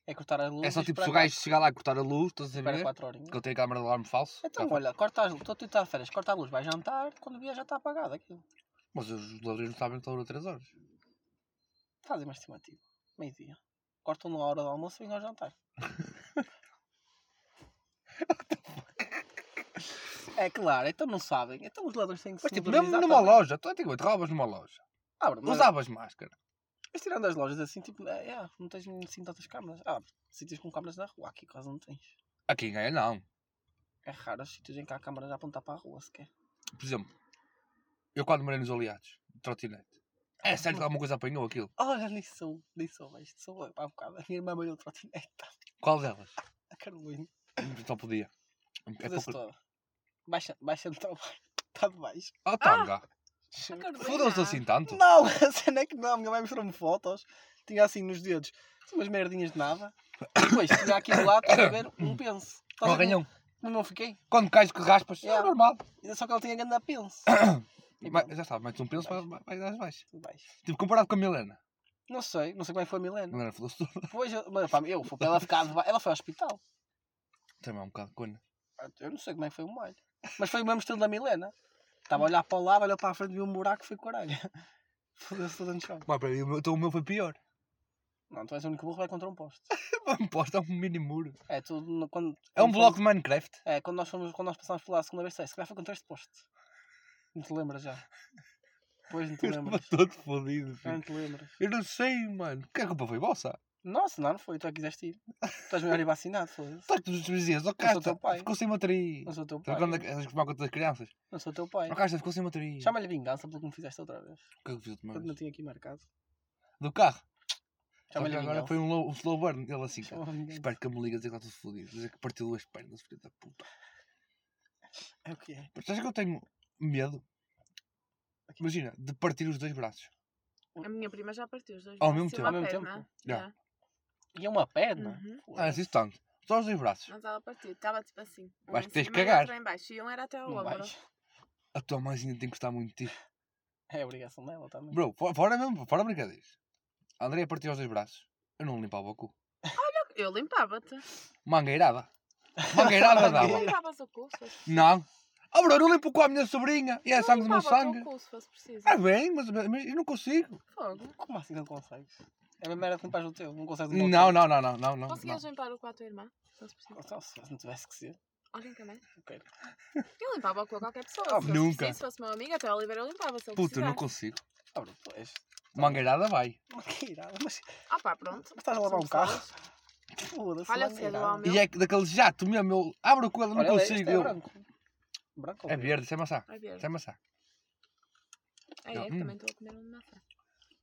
S3: É cortar a luz.
S2: É só
S3: e
S2: tipo,
S3: esperar
S2: se o gajo chegar lá a cortar a luz, estás a
S3: quatro- Espera
S2: ver?
S3: 4 horinhas.
S2: Que ele tem a câmara de alarme falso.
S3: Então,
S2: Tá
S3: olha, corta as luzes. Estou a tentar férias, corta a luz, vai jantar, quando vier já está apagado aquilo.
S2: Mas os ladrões não sabem que ele dura 3 horas.
S3: Fazem uma estimativa. Meio-dia. Cortam na hora do almoço e vêm ao jantar. é claro, então não sabem. Então os ladrões têm que
S2: Mas
S3: se
S2: tipo, mesmo
S3: modernizar
S2: numa
S3: também.
S2: loja, tu antigamente roubas numa loja. é.
S3: Ah, bro, mas,
S2: Usavas máscara.
S3: mas tirando as lojas assim, tipo, é, é, não tens assim tantas câmaras. Ah, sítios com câmaras na rua, aqui quase não tens.
S2: Aqui em Gaia não.
S3: É raro os sítios em que há câmaras a apontar para a rua sequer.
S2: Por exemplo, eu quando morei nos Aliados, de trotinete. É certo que alguma coisa apanhou aquilo.
S3: Olha, nem sou, nem sou, isto sou eu, pá, um bocado. A minha irmã molhou o trotinete,
S2: Qual delas?
S3: a Carolina.
S2: Só podia. É pouco.
S3: Foda-se toda. Baixa, baixa de trabalho. tá Está de baixo.
S2: Oh,
S3: Ah,
S2: tanga.
S4: Carolina.
S2: Fodam-se assim tanto.
S3: Não, a cena é que não. A minha mãe mostrou-me fotos. Tinha assim nos dedos umas merdinhas de nada. E depois tinha aqui do lado, estás a ver, um penso. Estás
S2: Ó,
S3: a ver
S2: ganhão.
S3: como- Como eu fiquei?
S2: Quando cais que raspas, é
S3: Yeah.
S2: normal.
S3: Ainda só que ele tinha grande penso. E
S2: Mas-
S3: pronto,
S2: Já sabes, metes um penso, vai- vai- vai às baixas.
S3: tudo baixo.
S2: Tipo, comparado com a Milena.
S3: Não sei, não sei como é que foi a
S2: A
S3: Milena.
S2: Milena falou-se tudo.
S3: Depois, eu, mas, pá, eu fui para ela ficar de ba- Ela foi ao hospital.
S2: Também é um bocado de cona.
S3: Eu não sei como é que foi o molho. Mas foi o mesmo estilo da Milena. Estava a olhar para o lado, olhou para a frente, viu um buraco e foi coralho. Foda-se todo no chão.
S2: Mas para mim, o meu- então o meu foi pior.
S3: Não, tu és o único burro que vai contra um poste.
S2: Uma posta é um mini muro.
S3: É, tu, no- quando,
S2: É um
S3: quando
S2: bloco de Minecraft.
S3: É, quando nós, fomos, quando nós passámos por lá a segunda vez, disseste, se calhar foi contra este poste. Não te lembras já. Pois não te
S2: Eu estava
S3: lembras.
S2: todo fodido.
S3: Já
S2: filho.
S3: não te lembras.
S2: Eu não sei, mano. Ah. Que a culpa foi vossa?
S3: Nossa, não, não foi. Tu é que quiseste ir. Tu és melhor ir vacinado, foda-se.
S2: Só que tu nos dizias, ó
S3: sou
S2: Casta,
S3: teu pai.
S2: ficou sem bateria.
S3: Não sou teu pai.
S2: Sabe Tá quando é elas tomam conta das crianças?
S3: Não sou teu pai.
S2: Ó Casta, ficou sem bateria.
S3: Chama-lhe vingança pelo que me fizeste outra vez.
S2: O que é que eu fiz outra
S3: Quando
S2: vez?
S3: não tinha aqui marcado.
S2: Do carro. Só que
S3: Chama-lhe
S2: agora
S3: vingança.
S2: foi um, low, um slow burn. Ele assim, cara.
S3: Chama-lhe vingança.
S2: Espero que me liga a dizer que está tudo fodido. Dizer que partiu duas pernas, filho da puta.
S3: É o que é.
S2: Mas sabes que eu tenho medo?
S3: Aqui.
S2: Imagina, de partir os dois braços.
S4: A minha prima já partiu os dois.
S2: Ao mesmo
S4: braços e
S2: tempo.
S4: uma
S3: Ao mesmo
S4: perna.
S3: tempo?
S2: Já.
S3: E é uma perna?
S4: Uhum.
S2: Ah,
S3: Foda-se.
S2: isso tanto. Só os dois braços.
S4: Mas ela partiu. Estava tipo assim. Um
S2: Vais
S4: em
S2: ter que
S4: cima e
S2: cagar.
S4: outro em baixo. E um era até ao
S3: Não
S4: ombro.
S3: vais.
S2: A tua mãezinha tem que gostar muito de ti.
S3: É a obrigação dela também.
S2: Bro, fo- fora mesmo, fora brincadeiras. A Andréia partiu os dois braços. Eu não limpava o cu.
S4: Eu limpava-te.
S2: Mangueirada. Mangueirada
S4: Tu
S2: dava.
S4: limpavas o cu se fosse
S2: Não. Ah, bro, eu não limpo com a minha sobrinha. E é
S4: Tu
S2: sangue do meu
S4: limpavas o
S2: sangue.
S4: cu se fosse preciso.
S2: Ah, bem, mas, mas eu não consigo.
S4: Fogo.
S3: Como assim não consegues? É a mesma merda que limpares o teu. Não consegues limpar o
S2: Não,
S3: teu.
S2: não, não, não, não, Oh. não.
S4: Conseguias
S2: não.
S4: limpar o cu à tua irmã? Se fosse preciso.
S3: Então, se não tivesse que ser.
S4: Alguém também?
S3: Eu quero.
S4: Eu limpava o cu a qualquer pessoa.
S2: Ah,
S4: se fosse
S2: nunca.
S4: preciso, Se fosse meu amigo, até a Oliveira eu limpava. Se ele
S2: Puta, eu não
S4: precisasse.
S2: consigo.
S3: Ah, bro, tu és.
S2: Mangueirada vai.
S3: Uma queirada, mas
S4: Ah pá, pronto.
S3: Mas estás a lavar
S4: São
S3: um carro?
S4: pessoas.
S3: Foda-se.
S4: Olha,
S3: lá
S4: se é do
S3: irá.
S4: homem.
S2: E é que daquele jato mesmo. Eu abro o cu, ela não
S3: Olha, este
S2: consigo.
S3: É
S2: eu-
S3: branco. Branco ou
S2: É
S3: verde?
S2: verde, sem maçã.
S4: Ai, verde.
S2: Sem maçã.
S4: Ai, é
S2: Hum.
S4: que também estou a comer um de maçã.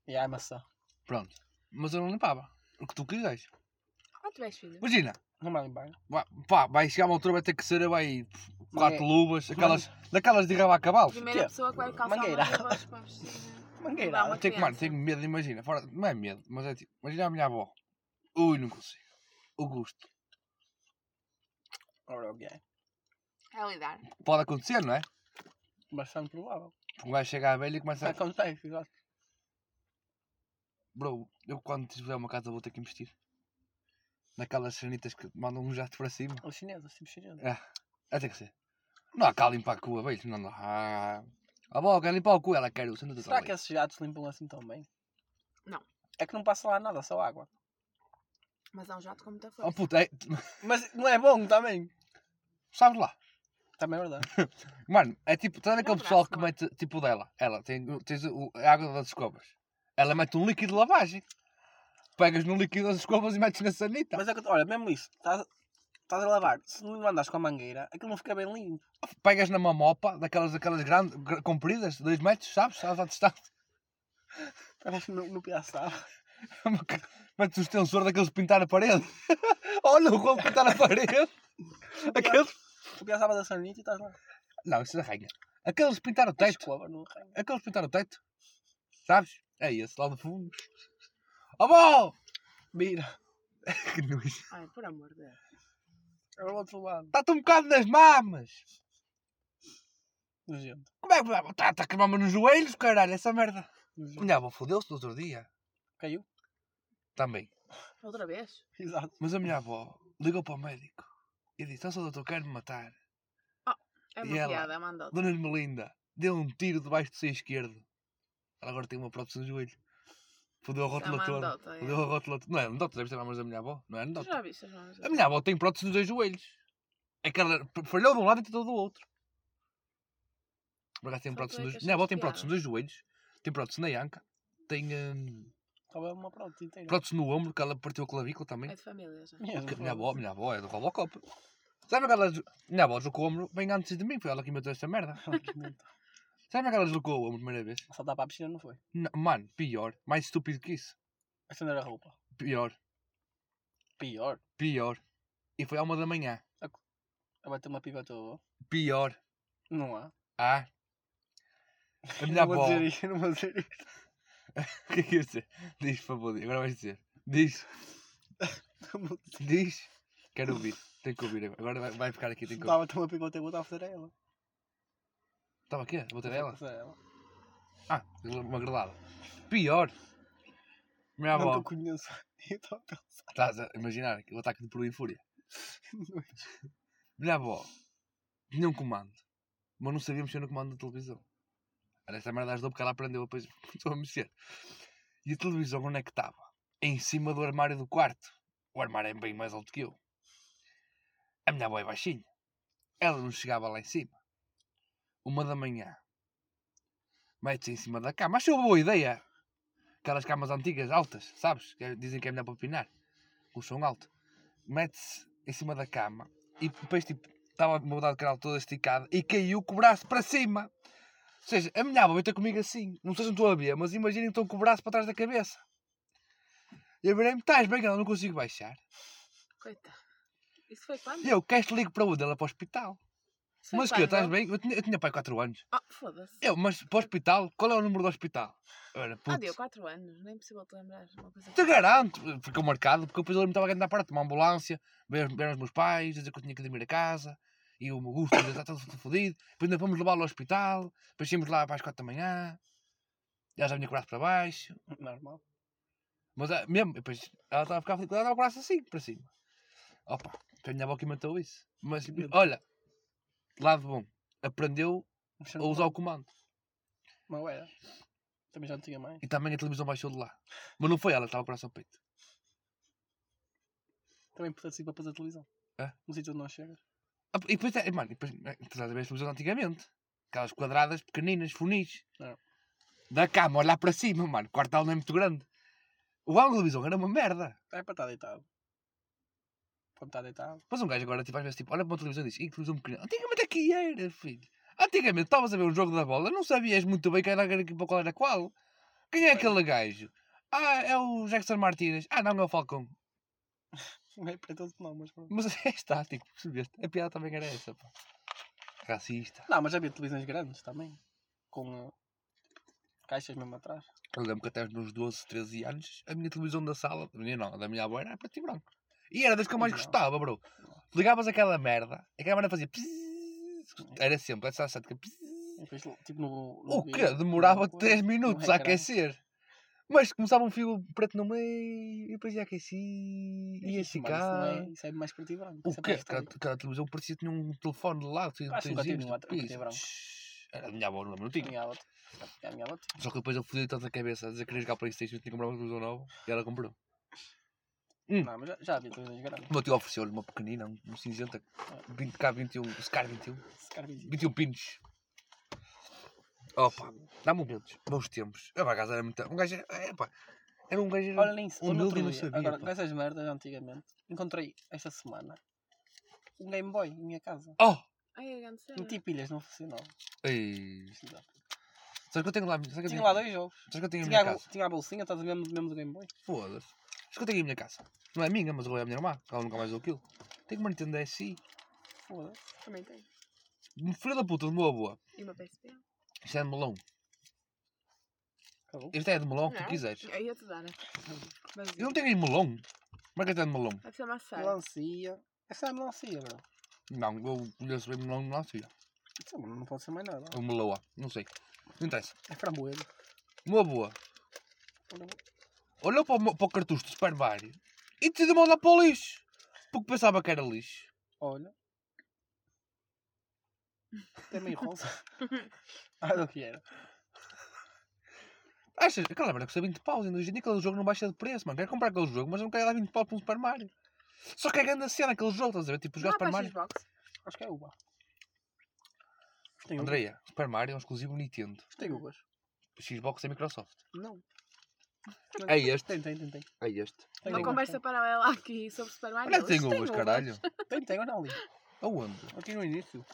S3: E há a maçã.
S2: Pronto. Mas eu não limpava. O que tu quiseres.
S4: Ah, tu és filho.
S2: Imagina.
S3: Não vai limpar.
S2: Vai, pá, vai chegar uma altura, vai ter que ser, vai. pff, Quatro
S3: Mangue-
S2: luvas, aquelas, daquelas de rabar cavalos.
S4: Primeira
S3: Quê?
S4: pessoa que vai calçar
S3: Mangueira.
S4: uma leva né? para a piscina.
S3: Mangueira.
S4: Não,
S2: Tenho, mano,
S4: criança.
S2: tenho medo, imagina. Fora, não é medo, mas é tipo, imagina a minha avó. Ui, não consigo. O gosto.
S3: Ora, o que é?
S4: É lidar.
S2: Pode acontecer, não é?
S3: Bastante provável.
S2: Porque um vai chegar a velha e começa
S3: Já
S2: a.
S3: contei, exato.
S2: Bro, eu quando tiver uma casa vou ter que investir. Naquelas cenitas que mandam um jato para cima.
S3: Os chineses, tipo chineses.
S2: Ah, vai ter que ser. Não há cá limpar a cu, a velho. Não, não. Ah, a avó quer limpar o cu, ela quer o centro da
S3: Será que esses gatos limpam assim tão bem?
S4: Não.
S3: É que não passa lá nada, só água.
S4: Mas é um jato com muita força.
S2: Oh puta, é,
S3: Mas não é bom também.
S2: sabes lá.
S3: Também é verdade.
S2: Mano, é tipo, estás a ver
S4: Não
S2: aquele pessoal que
S4: abraço,
S2: mete, tipo dela, ela tem tens o- é a água das escovas. Ela mete um líquido de lavagem. Pegas no líquido das escovas e metes na sanita.
S3: Mas é que, olha, mesmo isso. Estás estás a lavar. Se não andas com a mangueira, aquilo não fica bem limpo.
S2: Pegas numa mopa, daquelas, daquelas grandes, gr- compridas, 2 metros, sabes? Sabes à distância.
S3: Estás no, no piaçal.
S2: Metes um extensor daqueles de pintar a parede. Olha o como pintar a parede. Aqueles...
S3: Tu piaçava da sanita e estás lá.
S2: Não, isso arranha. Aqueles de pintar o teto.
S3: Escova, não arranha.
S2: Aqueles de pintar o teto. Sabes? É esse lá do fundo. Oh, bom!
S3: Vira.
S2: Que nojo.
S4: Ai, por amor de Deus.
S3: É o outro lado.
S2: Está-te um bocado nas mamas.
S3: Nojento.
S2: Tá, Como é que vai botar? Está a queimar-me nos joelhos, caralho, essa merda.
S3: Uhum.
S2: Minha avó fodeu-se no outro dia.
S3: Caiu?
S2: Também.
S4: Outra vez?
S3: Exato.
S2: Mas a minha avó ligou para o médico e disse: Nossa, doutor, quero me matar.
S4: É uma
S2: E ela?
S4: piada, mandou.
S2: Dona Ermelinda deu um tiro debaixo do seu esquerdo. Ela agora tem uma prótese no joelho. Fodeu a
S4: É
S2: rótula toda.
S4: mandota,
S2: Fodeu a rótula toda. Não é anedota, deve ser a mãe da minha avó. Não é
S4: Tu
S2: anedota.
S4: já viste as mãos?
S2: A minha avó tem prótese nos dois joelhos. É que ela falhou de um lado e tentou do outro. Por acaso tem
S4: Só
S2: prótese
S4: tu é
S2: nos...
S4: que
S2: Minha avó
S4: achaste
S2: tem prótese
S4: piada.
S2: nos joelhos, tem prótese na anca, tem hum,
S3: Estava é uma pronta inteira.
S2: prótese no ombro, que ela partiu a clavícula também.
S4: É de família já.
S3: Mesmo,
S2: Que a minha
S3: foda-se.
S2: avó, minha avó é do Robocop. Sabe aquelas... Minha avó deslocou o ombro bem antes de mim, foi ela que inventou esta merda.
S3: Felizmente.
S2: Sabe aquela deslocou o ombro a primeira vez?
S3: Saltar para a piscina não foi.
S2: N- Mano, pior. Mais estúpido que isso.
S3: Acender a roupa.
S2: Pior.
S3: Pior.
S2: Pior. E foi à uma da manhã.
S3: A bater uma pipa à tua avó.
S2: Pior.
S3: Não há.
S2: Ah. A minha
S3: Não vou
S2: avó.
S3: dizer isto, não vou dizer isto.
S2: O que é que ia dizer? Diz, por favor. Agora vais dizer. Diz.
S3: Não vou dizer.
S2: Diz. Quero ouvir. Tenho que ouvir agora. Agora vai, vai ficar aqui. Tenho que ouvir.
S3: Estava a ter uma pipa à tua avó, estava a fazer a ela.
S2: Estava aqui a bater a ela.
S3: Fazer a ela.
S2: Ah, uma grelada. Pior. Minha
S3: Não
S2: avó.
S3: te conheço. Então, Eu estava a pensar.
S2: Estás a imaginar o ataque de Peru em Fúria. Minha avó tinha um comando, mas não sabia mexer no comando da televisão. Era essa merda ajudou porque ela aprendeu depois começou a mexer. E a televisão onde é que estava? Em cima do armário do quarto. O armário é bem mais alto que eu. A minha avó é baixinha. Ela não chegava lá em cima. Uma da manhã. Mete-se em cima da cama. Achei uma boa ideia. Aquelas camas antigas, altas, sabes? Que dizem que é melhor para pinar. Com o som alto. Mete-se em cima da cama. E depois, tipo, estava a mudar de canal toda esticada e caiu com o braço para cima. Ou seja, a minha avó está comigo assim. Não sei se não estou a ver, mas imaginem que estou com o braço para trás da cabeça. E eu virei-me, estás bem, ela não consigo baixar.
S4: Coitada. Isso foi quando?
S2: E eu, queres te ligo para onde? Ela para o hospital.
S4: Isso foi
S2: Mas que eu,
S4: quando?
S2: estás bem? Eu tinha, eu tinha pai 4 anos.
S4: Ah, foda-se.
S2: Eu, mas para o hospital, qual é o número do hospital? Eu era,
S4: Ah,
S2: putz,
S4: deu 4 anos. Nem é possível te lembrar. Uma coisa assim.
S2: te
S4: que-
S2: Então, garanto. Ficou marcado, porque depois ele me estava a andar para tomar uma ambulância, ver, ver os meus pais, dizer que eu tinha que dormir a casa. E o meu Augusto já está todo fodido. Depois ainda fomos levá-lo ao hospital. Depois íamos lá para as 4 da manhã. Ela já vinha com o braço para baixo.
S3: Normal.
S2: Mas ah, mesmo, depois ela estava a ficar feliz, ela estava com o braço assim, para cima. Opa, foi a minha avó que inventou isso. Mas
S3: Que medo.
S2: olha, lado bom, aprendeu
S3: Mas
S2: a
S3: não-
S2: usar o comando.
S3: Não era. Também já não tinha mais.
S2: E também a televisão baixou de lá. Mas não foi ela que estava com o braço ao peito.
S3: Também precisa ir para fazer a televisão.
S2: É?
S3: No sítio onde não chegas.
S2: Ah, E depois, eh, mano, e depois, eh, tu estás a ver as televisões antigamente. Aquelas quadradas pequeninas, funis.
S3: É.
S2: Da cama, olhar para cima, mano. O quartel não é muito grande. O ângulo da televisão era uma merda.
S3: É para estar deitado. Para estar deitado.
S2: Mas um gajo agora, tipo, às vezes, tipo, olha para uma televisão e diz, "Ih, que televisão pequena. Antigamente aqui era, filho. Antigamente estavas a ver um jogo da bola, não sabias muito bem quem era aquele equipa, qual era qual. Quem é aquele gajo? Ah, é o Jackson Martínez. Ah, não, é o Falcão.
S3: Não é para todos não, mas pronto.
S2: Mas é estático, percebeste? A piada também era essa, pá. Racista.
S3: Não, mas já havia televisões grandes também. Com ah, caixas mesmo atrás.
S2: Eu lembro que até aos meus 12, 13 anos, a minha televisão da sala, da minha não, a da minha avó era preto e branco. E era das que eu mais
S3: Não.
S2: gostava, bro. Ligavas aquela merda, aquela merda fazia... pzzz. Era sempre, essa estética... pzzz.
S3: E depois, tipo, no, no
S2: O
S3: vídeo,
S2: quê?
S3: no
S2: Demorava
S3: coisa,
S2: 3
S3: no
S2: minutos a
S3: ecrã.
S2: aquecer. Mas começava um fio preto no meio, e depois ia aquecer, ia
S3: Isso, mano, isso não é-
S2: ficar.
S3: Isso é mais preto e branco.
S2: O
S3: isso é
S2: quê? Tá
S3: mais
S2: Cada,
S3: histórico.
S2: cada televisão parecia que tinha um telefone de lado, tinha
S3: Ah, sim,
S2: três
S3: continua,
S2: giros,
S3: até-
S2: tipo
S3: até
S2: isso.
S3: branco.
S2: Tsh, Era a minha avó, não tinha.
S3: Minha outra. É a minha outra.
S2: Só que depois ele fodeu tanto a cabeça a dizer que queria jogar Playstation, tinha que comprar uma televisão nova, e ela comprou. Hum.
S3: Não, mas já, já havia televisões grandes.
S2: O meu tio ofereceu-lhe uma pequenina, um um cinzenta, 20K21, Scar 21,
S3: Esse cara diz isso.
S2: 21 pinos. Opa, dá momentos, bons tempos. Eu, por acaso, era muito... Um gajo... era- é, pá, Era um gajo...
S3: Olha nem isso.
S2: Um
S3: no
S2: building
S3: outro
S2: não
S3: dia,
S2: sabia,
S3: Agora,
S2: pá.
S3: com essas merdas antigamente, encontrei esta semana um Game Boy em minha casa.
S2: Oh!
S4: Ai, a grande cena.
S3: Meti pilhas, não funcionava.
S2: Ei.
S3: Precisava.
S2: Sabe que eu tenho lá? Sabe que eu
S3: Tinha
S2: tenho,
S3: lá dois jogos.
S2: Sabe que eu tenho em
S3: Tinha
S2: minha
S3: a, bol-
S2: casa?
S3: tinha a bolsinha, estás a ver mesmo, mesmo do Game Boy?
S2: Foda-se. Sabe que eu tenho em minha casa? Não é minha, mas eu é a minha irmã. que Ela nunca mais deu aquilo. Tenho uma Nintendo SI.
S3: Foda-se.
S4: Também tem.
S2: Um Filho da puta de meu avô.
S4: E uma PSP.
S2: Isto é de melão.
S3: Acabou.
S2: Isto é de melão o que tu
S4: Não,
S2: quiseres.
S4: Eu ia te dar, né? Mas
S2: Eu não tenho em melão. Como é que é de melão?
S4: Deve ser maçã.
S3: Melancia. Essa é a melancia, bro.
S2: Não, eu conheço bem melão não sei.
S3: Isso é não não pode ser mais nada.
S2: Ou meloa. Não sei. Não interessa.
S3: É framboesa.
S2: Uma boa. Olhou para o, meu- para o cartucho do Super Mario e decidiu mandar para o lixo. Porque pensava que era lixo.
S3: Olha. É meio rosa. Olha o que era.
S2: Achas? Aquela merda custa 20 paus. Ainda hoje em dia aquele jogo não baixa de preço, mano. Quero comprar aquele jogo, mas não quero dar 20 paus para um Super Mario. Só que é grande a cena aquele jogo, estás a ver? Tipo,
S4: Não
S2: jogar
S4: há
S2: Super
S4: para
S2: Mario.
S4: Ah, Xbox?
S3: Acho que é uva. Isto tem uvas.
S2: Andreia, Super Mario é um exclusivo Nintendo.
S3: Isto tem uvas.
S2: Xbox é Microsoft.
S3: Não.
S2: É este.
S3: Tem, tem, tem, tem.
S2: É este.
S3: Tem,
S4: Uma
S3: tem,
S4: conversa paralela aqui sobre Super Mario.
S2: Olha que tem
S4: Isto
S2: uvas, caralho.
S3: tem. Tem, tem, olha ali.
S2: Aonde?
S3: Aqui no início.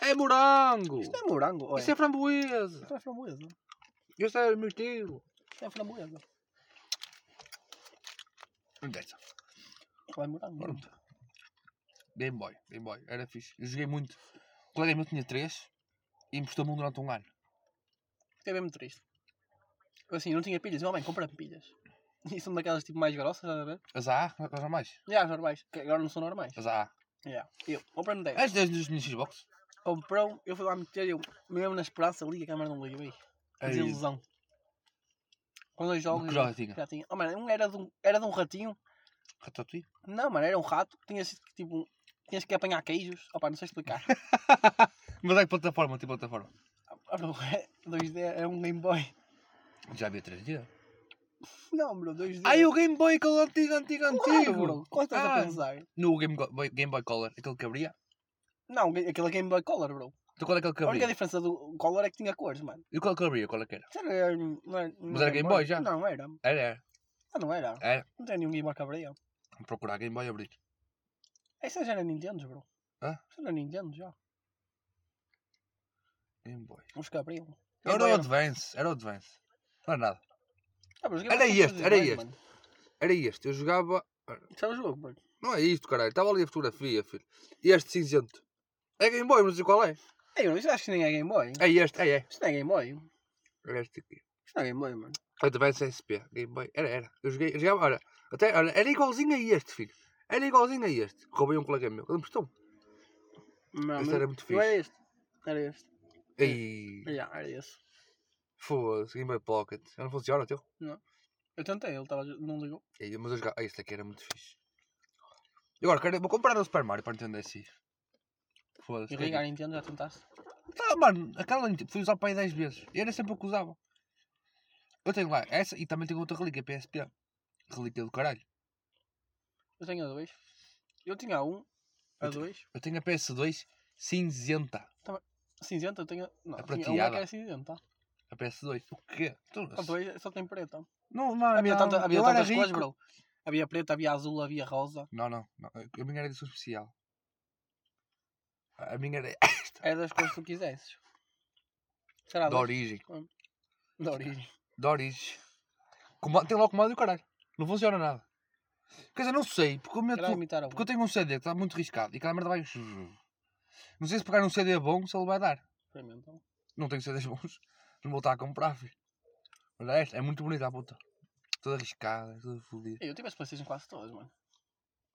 S2: É morango!
S3: Isto é morango, olha.
S2: Isso é framboesa!
S3: Isto é framboesa.
S2: Isso é meu tio!
S3: Isto é framboesa.
S2: Não interessa.
S3: Vai morango.
S2: Pronto. Game Boy, Game Boy, era fixe. Eu joguei muito. O colega meu tinha 3 e emprestou-me um durante um ano.
S3: Fiquei é mesmo triste. Eu, Assim, não tinha pilhas. Eu, oh, mãe, compra-me pilhas. E são daquelas tipo mais grossas, estás a ver?
S2: As AA, as A mais.
S3: Já, as normais. Que agora não são normais.
S2: As AA.
S3: Já. Eu, comprei-me 10.
S2: As 10 dos mini Xbox.
S3: Comprou, eu fui lá meter, eu mesmo na esperança, liga, a câmera um não liga, bem.
S2: Aí.
S3: Desilusão. Com dois jogos.
S2: que jogo tinha?
S3: Já tinha. Oh, mano, um era de um, era de um ratinho.
S2: Ratatouille.
S3: Não, mano, era um rato. Tinhas que, tipo, tinhas que apanhar queijos. Opa, não sei explicar.
S2: Mas é que plataforma, tipo plataforma.
S3: Ah, bro, é 2D, é um Game Boy.
S2: Já havia 3D.
S3: Não, bro, é 2D.
S2: Ai, o Game Boy, aquele antigo, antigo,
S3: Claro,
S2: antigo.
S3: bro. um Qual é estás
S2: Ah.
S3: a pensar?
S2: No Game Go- Boy, Game Boy Color, aquele que abria.
S3: Não, aquele é Game Boy Color, bro.
S2: Então qual é aquele que
S3: A única
S2: abria?
S3: diferença do Color é que tinha cores, mano.
S2: E qual é que abria? Qual é que era?
S3: Era, era, eh, não era, não
S2: Mas era Game Boy já?
S3: Não, era.
S2: Era, era.
S3: Ah, não era.
S2: Era.
S3: Não tem nenhum Game Boy que abria.
S2: Vou procurar Game Boy abrir.
S3: Essa já era Nintendo, bro.
S2: Hã?
S3: Isso era Nintendo já.
S2: Game Boy.
S3: Os que abriam. Game
S2: Era
S3: Boy
S2: o Advance, era o Advance. Não era nada.
S3: Ah, mas os Game
S2: Era
S3: Boy são
S2: este,
S3: todos
S2: era
S3: iguais,
S2: este.
S3: mano.
S2: Era este, eu jogava
S3: Isso é o jogo, mano.
S2: Não é isto, caralho. Estava ali a fotografia, filho. E este cinzento. É Game Boy, não sei qual é.
S3: Ei, bro, isto acho que nem é Game Boy.
S2: É este, é, é.
S3: Isto não é Game Boy.
S2: É este aqui.
S3: Isto não é Game Boy, mano.
S2: Advance SP, Game Boy. Era, era. Eu joguei, eu jogava, olha. Até, olha, era igualzinho a este, filho. Era igualzinho a este. Roubei um colega meu. Ele me prestou.
S3: Não,
S2: Este
S3: mas-
S2: era muito
S3: Não era
S2: fixe.
S3: este. Era este.
S2: E.
S3: Já, era esse.
S2: Foda-se, Game Boy Pocket. Eu não funciona o teu?
S3: Eu tentei, ele tava, não ligou.
S2: E, mas eu jogava. Ah, este aqui era muito fixe. E agora, quero, vou comprar o Super Mario para Nintendo SI. Foda-se.
S3: E ligar a Nintendo, já tentaste?
S2: Tá, mano, aquela Nintendo- fui usar para aí 10 vezes. E era sempre o que usava. Eu tenho lá essa e também tenho outra relíquia, PSP. Relíquia do caralho.
S3: Eu tenho a dois. Eu tinha a um, a
S2: Eu te-
S3: dois.
S2: Eu tenho a PS2 cinzenta.
S3: Cinzenta, eu tenho a... Não,
S2: A
S3: tinha uma que
S2: prateada.
S3: era cinzenta.
S2: A PS2. O quê? Tu-
S3: A dois é, só tem preta.
S2: Não, mano,
S3: Ah, Havia,
S2: não.
S3: tanta, havia
S2: Eu era
S3: tantas cores,
S2: rico.
S3: bro. Havia preta, havia azul, havia rosa.
S2: Não, não, não. A minha era edição especial. A a minha era
S3: Era das cores que tu quisesses. Será
S2: da origem.
S3: Da origem.
S2: Da origem. Comba- Tem lá o comando e o caralho. Não funciona nada. Quer dizer, não sei, porque o meu
S3: Era
S2: tu-
S3: imitar a
S2: Porque eu tenho um CD que está muito riscado e aquela merda vai. Não sei se pegar um CD bom, se ele vai dar.
S3: Experimentam.
S2: Não tenho CDs bons. Não vou estar a comprar, filho. Olha esta, é muito bonita a puta. Toda arriscada, toda fodida.
S3: Ei, Eu tive as Playstation quase todas, mano.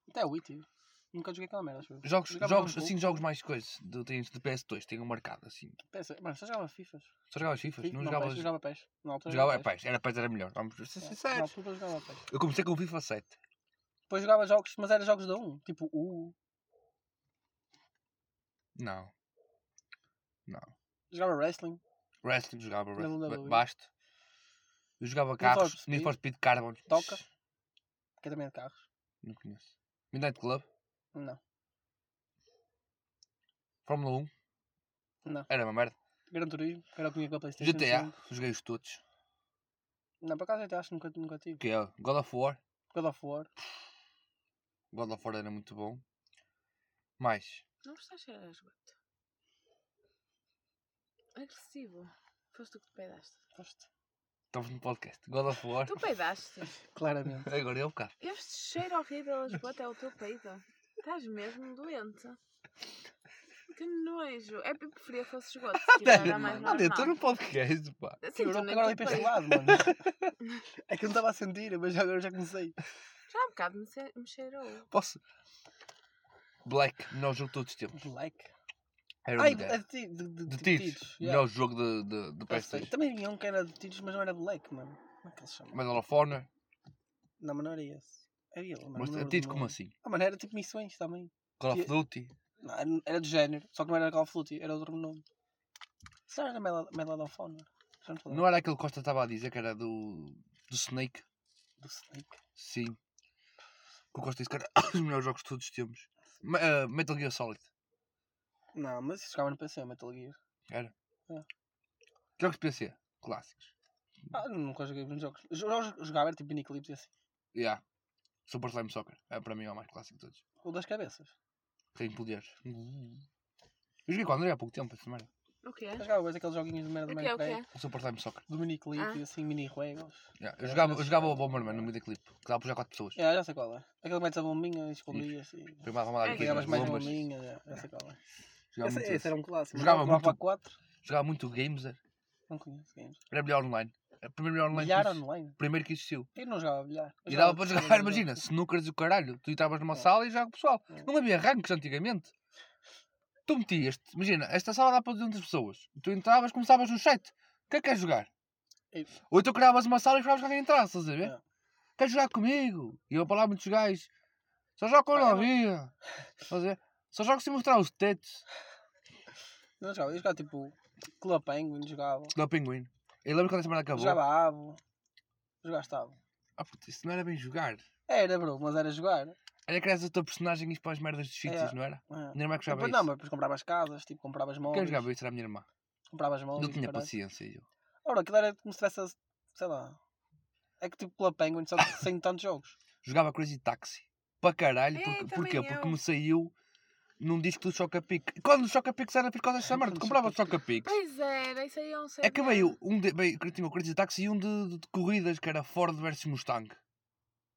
S3: Até o Wii tive. Nunca joguei aquela merda, acho eu.
S2: Jogos,
S3: Jogava
S2: jogos,
S3: Kung Fu.
S2: assim, jogos mais coisas. De, tem- de PS2, tenho um marcado, assim.
S3: Pensa, mano, só jogava FIFAs.
S2: Só jogava Fifas,
S3: Fi-
S2: não,
S3: não,
S2: jogava.
S3: PES, eu jogava PES. Na altura
S2: Jogava, é PES, era PES, era melhor. Vamos ser
S3: É, Na
S2: sinceros.
S3: altura eu jogava PES.
S2: Eu comecei com o FIFA 7.
S3: Depois jogava jogos, mas era jogos da 1. Tipo, U.
S2: Não.
S3: Jogava wrestling.
S2: Wrestling jogava,
S3: WWE.
S2: wrestling. Basto. Eu jogava
S3: for
S2: carros,
S3: Speed.
S2: Need for Speed Carbon.
S3: Toca. Que é também de carros.
S2: Não conheço. Midnight Club.
S3: Não.
S2: Fórmula 1.
S3: Não.
S2: Era uma merda.
S3: Gran Turismo. Era o que tinha com a Playstation.
S2: GTA.
S3: sim.
S2: Joguei os todos.
S3: Não, por acaso GTA acho que nunca, nunca tive.
S2: Que é God of War.
S3: God of War.
S2: God of War era muito bom. Mais.
S4: Não está a cheirar a esgoto. Agressivo. Foste tu que te peidaste.
S3: Foste.
S2: Estamos no podcast. God of War.
S4: Tu peidaste.
S3: Claramente.
S2: Agora é o bocado.
S4: Este cheiro horrível a esgoto é o teu peido. Estás mesmo doente. Que nojo. É eu preferia que fosse esgoto. Se tiver,
S3: é
S4: era mais
S2: Olha, estou
S4: normal.
S2: no podcast, pá.
S4: Sim, tipo, tu
S3: Agora-
S4: nem
S3: agora
S4: te
S3: olhei para este lado,
S4: peidas.
S3: mano. É que eu não estava a sentir, mas agora já comecei.
S4: Já há bocado me che- me cheirou.
S2: é Posso? Black, melhor jogo de todos os tempos.
S3: Black.
S2: Era
S3: Ai, é
S2: um
S3: de,
S2: de,
S3: de, de, de,
S2: de
S3: de
S2: tiros.
S3: yeah. É
S2: Melhor jogo de, de, de
S3: Já sei.
S2: PS3.
S3: Também havia um que era de tiros, mas não era de leque, mano. Como é que ele se chama?
S2: Mas Alofona,
S3: Não, mas não era esse. Era ele, mano.
S2: mas
S3: não
S2: a
S3: lembro
S2: ti
S3: do
S2: como
S3: nome.
S2: assim?
S3: Ah, mano, era tipo missões também.
S2: Call of
S3: Que-
S2: Duty?
S3: Não, era- era do género, só que não era Call of Duty, era outro nome. Será que era Melo- Melodofone? Já estou a
S2: Não era aquele que Costa estava a dizer que era do, do Snake?
S3: lembrar. Do Snake.
S2: Sim. Que o Costa disse que era os melhores jogos de todos os tempos. Ma- ah, Metal Gear Solid.
S3: Não, mas isso jogava no PC, Metal Gear.
S2: Jogos de PC, clássicos.
S3: Ah, nunca joguei nos jogos. Jo- jo- Jogava era tipo miniclips e assim.
S2: Yeah. Super Slime Soccer. É, para mim é o mais clássico de todos.
S3: O das cabeças.
S2: Tem poderes. Eu joguei quando era há pouco tempo, essa merda.
S4: O quê?
S3: Eu jogava mais aqueles joguinhos de merda
S4: O
S3: de
S4: quê? O
S3: Minecraft.
S4: quê?
S2: O Super Slime Soccer.
S3: Do miniclip
S4: Ah.
S3: e assim, mini-ruegos.
S2: Yeah. Eu,
S3: É,
S2: jogava,
S3: mas-
S2: eu jogava o Bomberman no videoclip, que dava para jogar 4 pessoas.
S3: É, já sei qual é. Aquele que metes a bombinha e escondias e.
S2: Primeiro dava
S4: É,
S2: uma né?
S3: Pegavas mais a
S2: bombas.
S3: bombinha, já, já sei qual
S2: Jogava
S3: é. Esse,
S2: muito
S3: esse
S2: esse.
S3: era um clássico.
S2: Jogava
S3: Jogava
S2: muito-
S3: para 4.
S2: Jogava muito Gameser.
S3: Não conheço games.
S2: Era melhor online. Era o primeiro melhor online. que
S3: Bilhar
S2: existiu.
S3: online.
S2: Primeiro que existiu.
S3: Eu não jogava bilhar. Eu
S2: E dava para
S3: jogava-
S2: jogar, imagina, snookers e o caralho. Tu entravas numa
S3: É.
S2: sala e jogava com o pessoal.
S3: É.
S2: Não havia ranks antigamente. Tu metias-te, imagina, esta sala dá para 200 pessoas. Tu entravas, começavas no chat. Quem quer jogar?
S3: É. Eu-
S2: Ou tu criavas uma sala e esperavas que alguém entrasse, estás a ver?
S3: É.
S2: Quer jogar comigo? E eu para lá muitos gajos. Só jogo quando
S3: Ah, eu
S2: não havia. Estás a ver? Só jogo se mostrar os tetos.
S3: Eu Não jogava. Eu jogava tipo. Club Penguin jogava.
S2: Dá o pinguim. Eu lembro quando a semana acabou.
S3: Jogava Avo. Jogaste Avo.
S2: Ah, puto, isso não era bem jogar.
S3: Era, bro, mas era jogar.
S2: Era criar o teu personagem e ir para as merdas dos sítios, não era?
S3: Ah.
S2: Minha irmã que jogava
S3: Depois, não,
S2: isso.
S3: mas depois compravas casas, tipo, compravas
S2: Quem
S3: móveis.
S2: jogava isso era a minha irmã.
S3: Compravas móveis.
S2: Não tinha
S3: caralho.
S2: paciência. Eu.
S3: Ora, aquilo era como se tivesse, a- sei lá. É que tipo Club Penguin, só que sem tantos jogos.
S2: Jogava Crazy Taxi. Para caralho.
S4: Ei,
S2: Porque,
S4: É, também
S2: porquê?
S4: eu.
S2: Porque me saiu num disco do Chocapic. Quando o Chocapic era por causa dessa merda. Tu comprava o Chocapic.
S4: Pois era, isso aí é um CD.
S2: É que veio um de, veio, que tinha o Crazy Taxi e um de, de- de corridas que era Ford versus Mustang.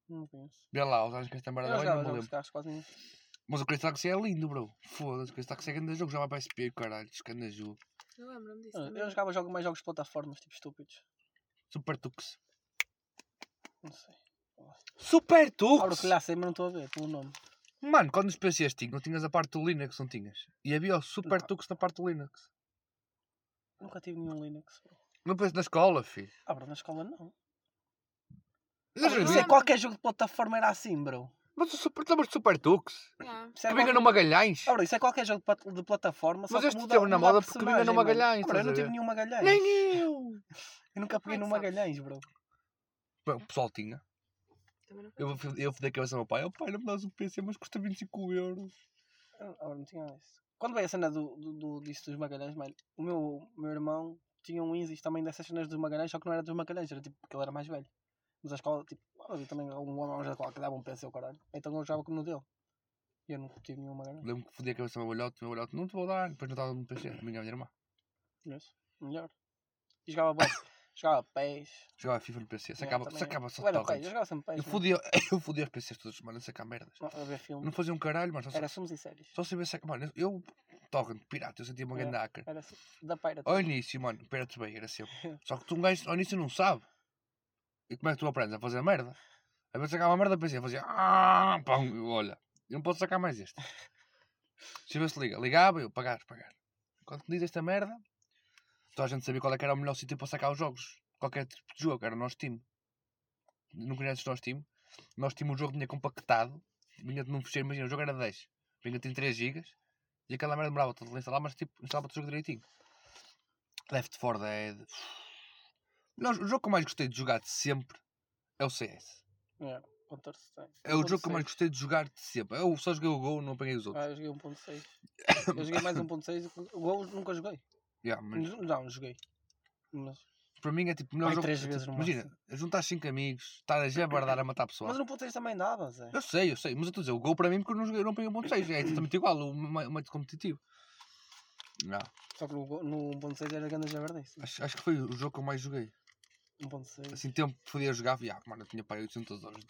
S3: Não conheço.
S2: Vê lá, os anos que esta
S3: Eu
S2: merda
S3: não
S2: bem, não
S3: jogava
S2: me
S3: jogos de
S2: lembro.
S3: carros quase nenhum.
S2: Mas o Crazy Taxi é lindo, bro. Foda-se, o Crazy Taxi é grande jogo. Jogava para SP, caralho. Escanda jogo.
S4: Eu lembro-me disso.
S3: Ah, Eu
S4: também.
S3: não jogava jogo, mais jogos de plataformas, tipo estúpidos.
S2: Super Tux.
S3: Não sei.
S2: Super
S3: Abro
S2: Tux!
S3: que lá sei, mas não estou a ver pelo nome.
S2: Mano, quando os PCs tinham, não tinhas a parte do Linux, não tinhas? E havia o Super
S3: Não.
S2: Tux na parte do Linux.
S3: Nunca tive nenhum Linux. bro.
S2: Não penso na escola, filho.
S3: Abro na escola não.
S2: Mas,
S4: não
S3: Isso
S4: havia.
S3: é qualquer jogo de plataforma era assim, bro.
S2: mas o Super, lembras do Super Tux?
S4: Yeah.
S3: Isso
S2: Que
S3: é
S2: vinha
S3: qualquer...
S2: no Magalhães?
S3: Ora, isso é qualquer jogo de plat- de plataforma, só
S2: Mas
S3: que
S2: este
S3: muda,
S2: teve na
S3: muda a
S2: moda porque vinha no
S3: personagem, mano.
S2: Magalhães,
S3: Ora, eu
S2: estás
S3: não
S2: a
S3: tive
S2: ver?
S3: nenhum Magalhães.
S2: Nem eu!
S3: Eu nunca peguei
S4: Ai,
S3: num
S4: sabes.
S3: Magalhães, bro.
S2: Bom, o pessoal tinha.
S4: Também não foi.
S2: Eu, eu fui da cabeça ao meu pai. Oh pai, não me dás um PC, mas custa 25 euros.
S3: Ora, Ah, não tinha isso. Quando veio a cena do, do, do- disso dos Magalhães, mano, o meu, o meu irmão tinha um Inzis também dessas cenas dos Magalhães, só que não era dos Magalhães, era tipo porque ele era mais velho. Mas a escola, tipo, havia também algum homem já qualquer que dava um PC ao caralho. Então eu jogava como no dele. E eu nunca tive nenhum Magalhães.
S2: Lembro que fodi a cabeça ao meu olhote. Meu olhote, não te vou dar. Depois não estava no PC. A minha, a minha irmã.
S3: Mas, melhor. E jogava bola. jogava pés.
S2: Jogava FIFA no PC.
S3: já,
S2: Sacava,
S3: É, também.
S2: sacava só
S3: Eu era pés, eu
S2: torrents.
S3: jogava sempre pés.
S2: Eu
S3: mano.
S2: fodia, eu fodia os PCs todas as semanas, sacar merdas.
S3: Não, A ver filmes.
S2: Não fazia um caralho, mas só,
S3: Era sumos e séries.
S2: só sabia sacar. Mano, eu, torrent, pirata, eu sentia uma
S3: É.
S2: grande hacker.
S3: Era su- da Pirate.
S2: Ao início, mano, espera-te bem, era sempre. Só que tu um gajo ao início não sabe. E como é que tu aprendes a fazer merda? A vez sacava uma merda, pensei, fazia. "Ah, Pão, eu, olha, eu não posso sacar mais este. Deixa eu ver se liga. Ligava eu, pagar, pagar. Quando me diz esta merda, toda a gente sabia qual é que era o melhor sítio para sacar os jogos. Qualquer tipo de jogo, era o nosso time. Não conheces o nosso time? Nós tínhamos o jogo vinha compactado, vinha de num fecheiro, imagina, o jogo era 10, vinha tem 3 GB e aquela merda demorava tanto a instalar, mas tipo, instalava o jogo direitinho. Left 4 Dead. Nós, é o jogo que eu mais gostei de jogar de sempre é o CS.
S3: É, 14.
S2: É o jogo que eu mais gostei de jogar de sempre. Eu só joguei o Go, não apanhei os outros.
S3: Ah, eu joguei 1.6. Eu joguei mais 1.6 e o Gol nunca joguei.
S2: Yeah, mas
S3: Não, não joguei. Mas,
S2: para mim é tipo o melhor
S3: Ai,
S2: jogo.
S3: três
S2: é, tipo,
S3: vezes no
S2: imagina, juntar 5 amigos, estar a jabardar a matar pessoal.
S3: mas 1.6 também dava, Zé.
S2: Eu sei, eu sei, mas eu estou a dizer, o gol para mim porque eu não joguei, eu não apanhei o 1.6, é exatamente igual, o me- meio competitivo. Não,
S3: Só que no, Go- no 1.6 era grande javardice.
S2: acho, acho que foi o jogo que eu mais joguei.
S3: 1.6.
S2: Assim, tempo que podia jogar, via, mano, eu tinha para 800 horas.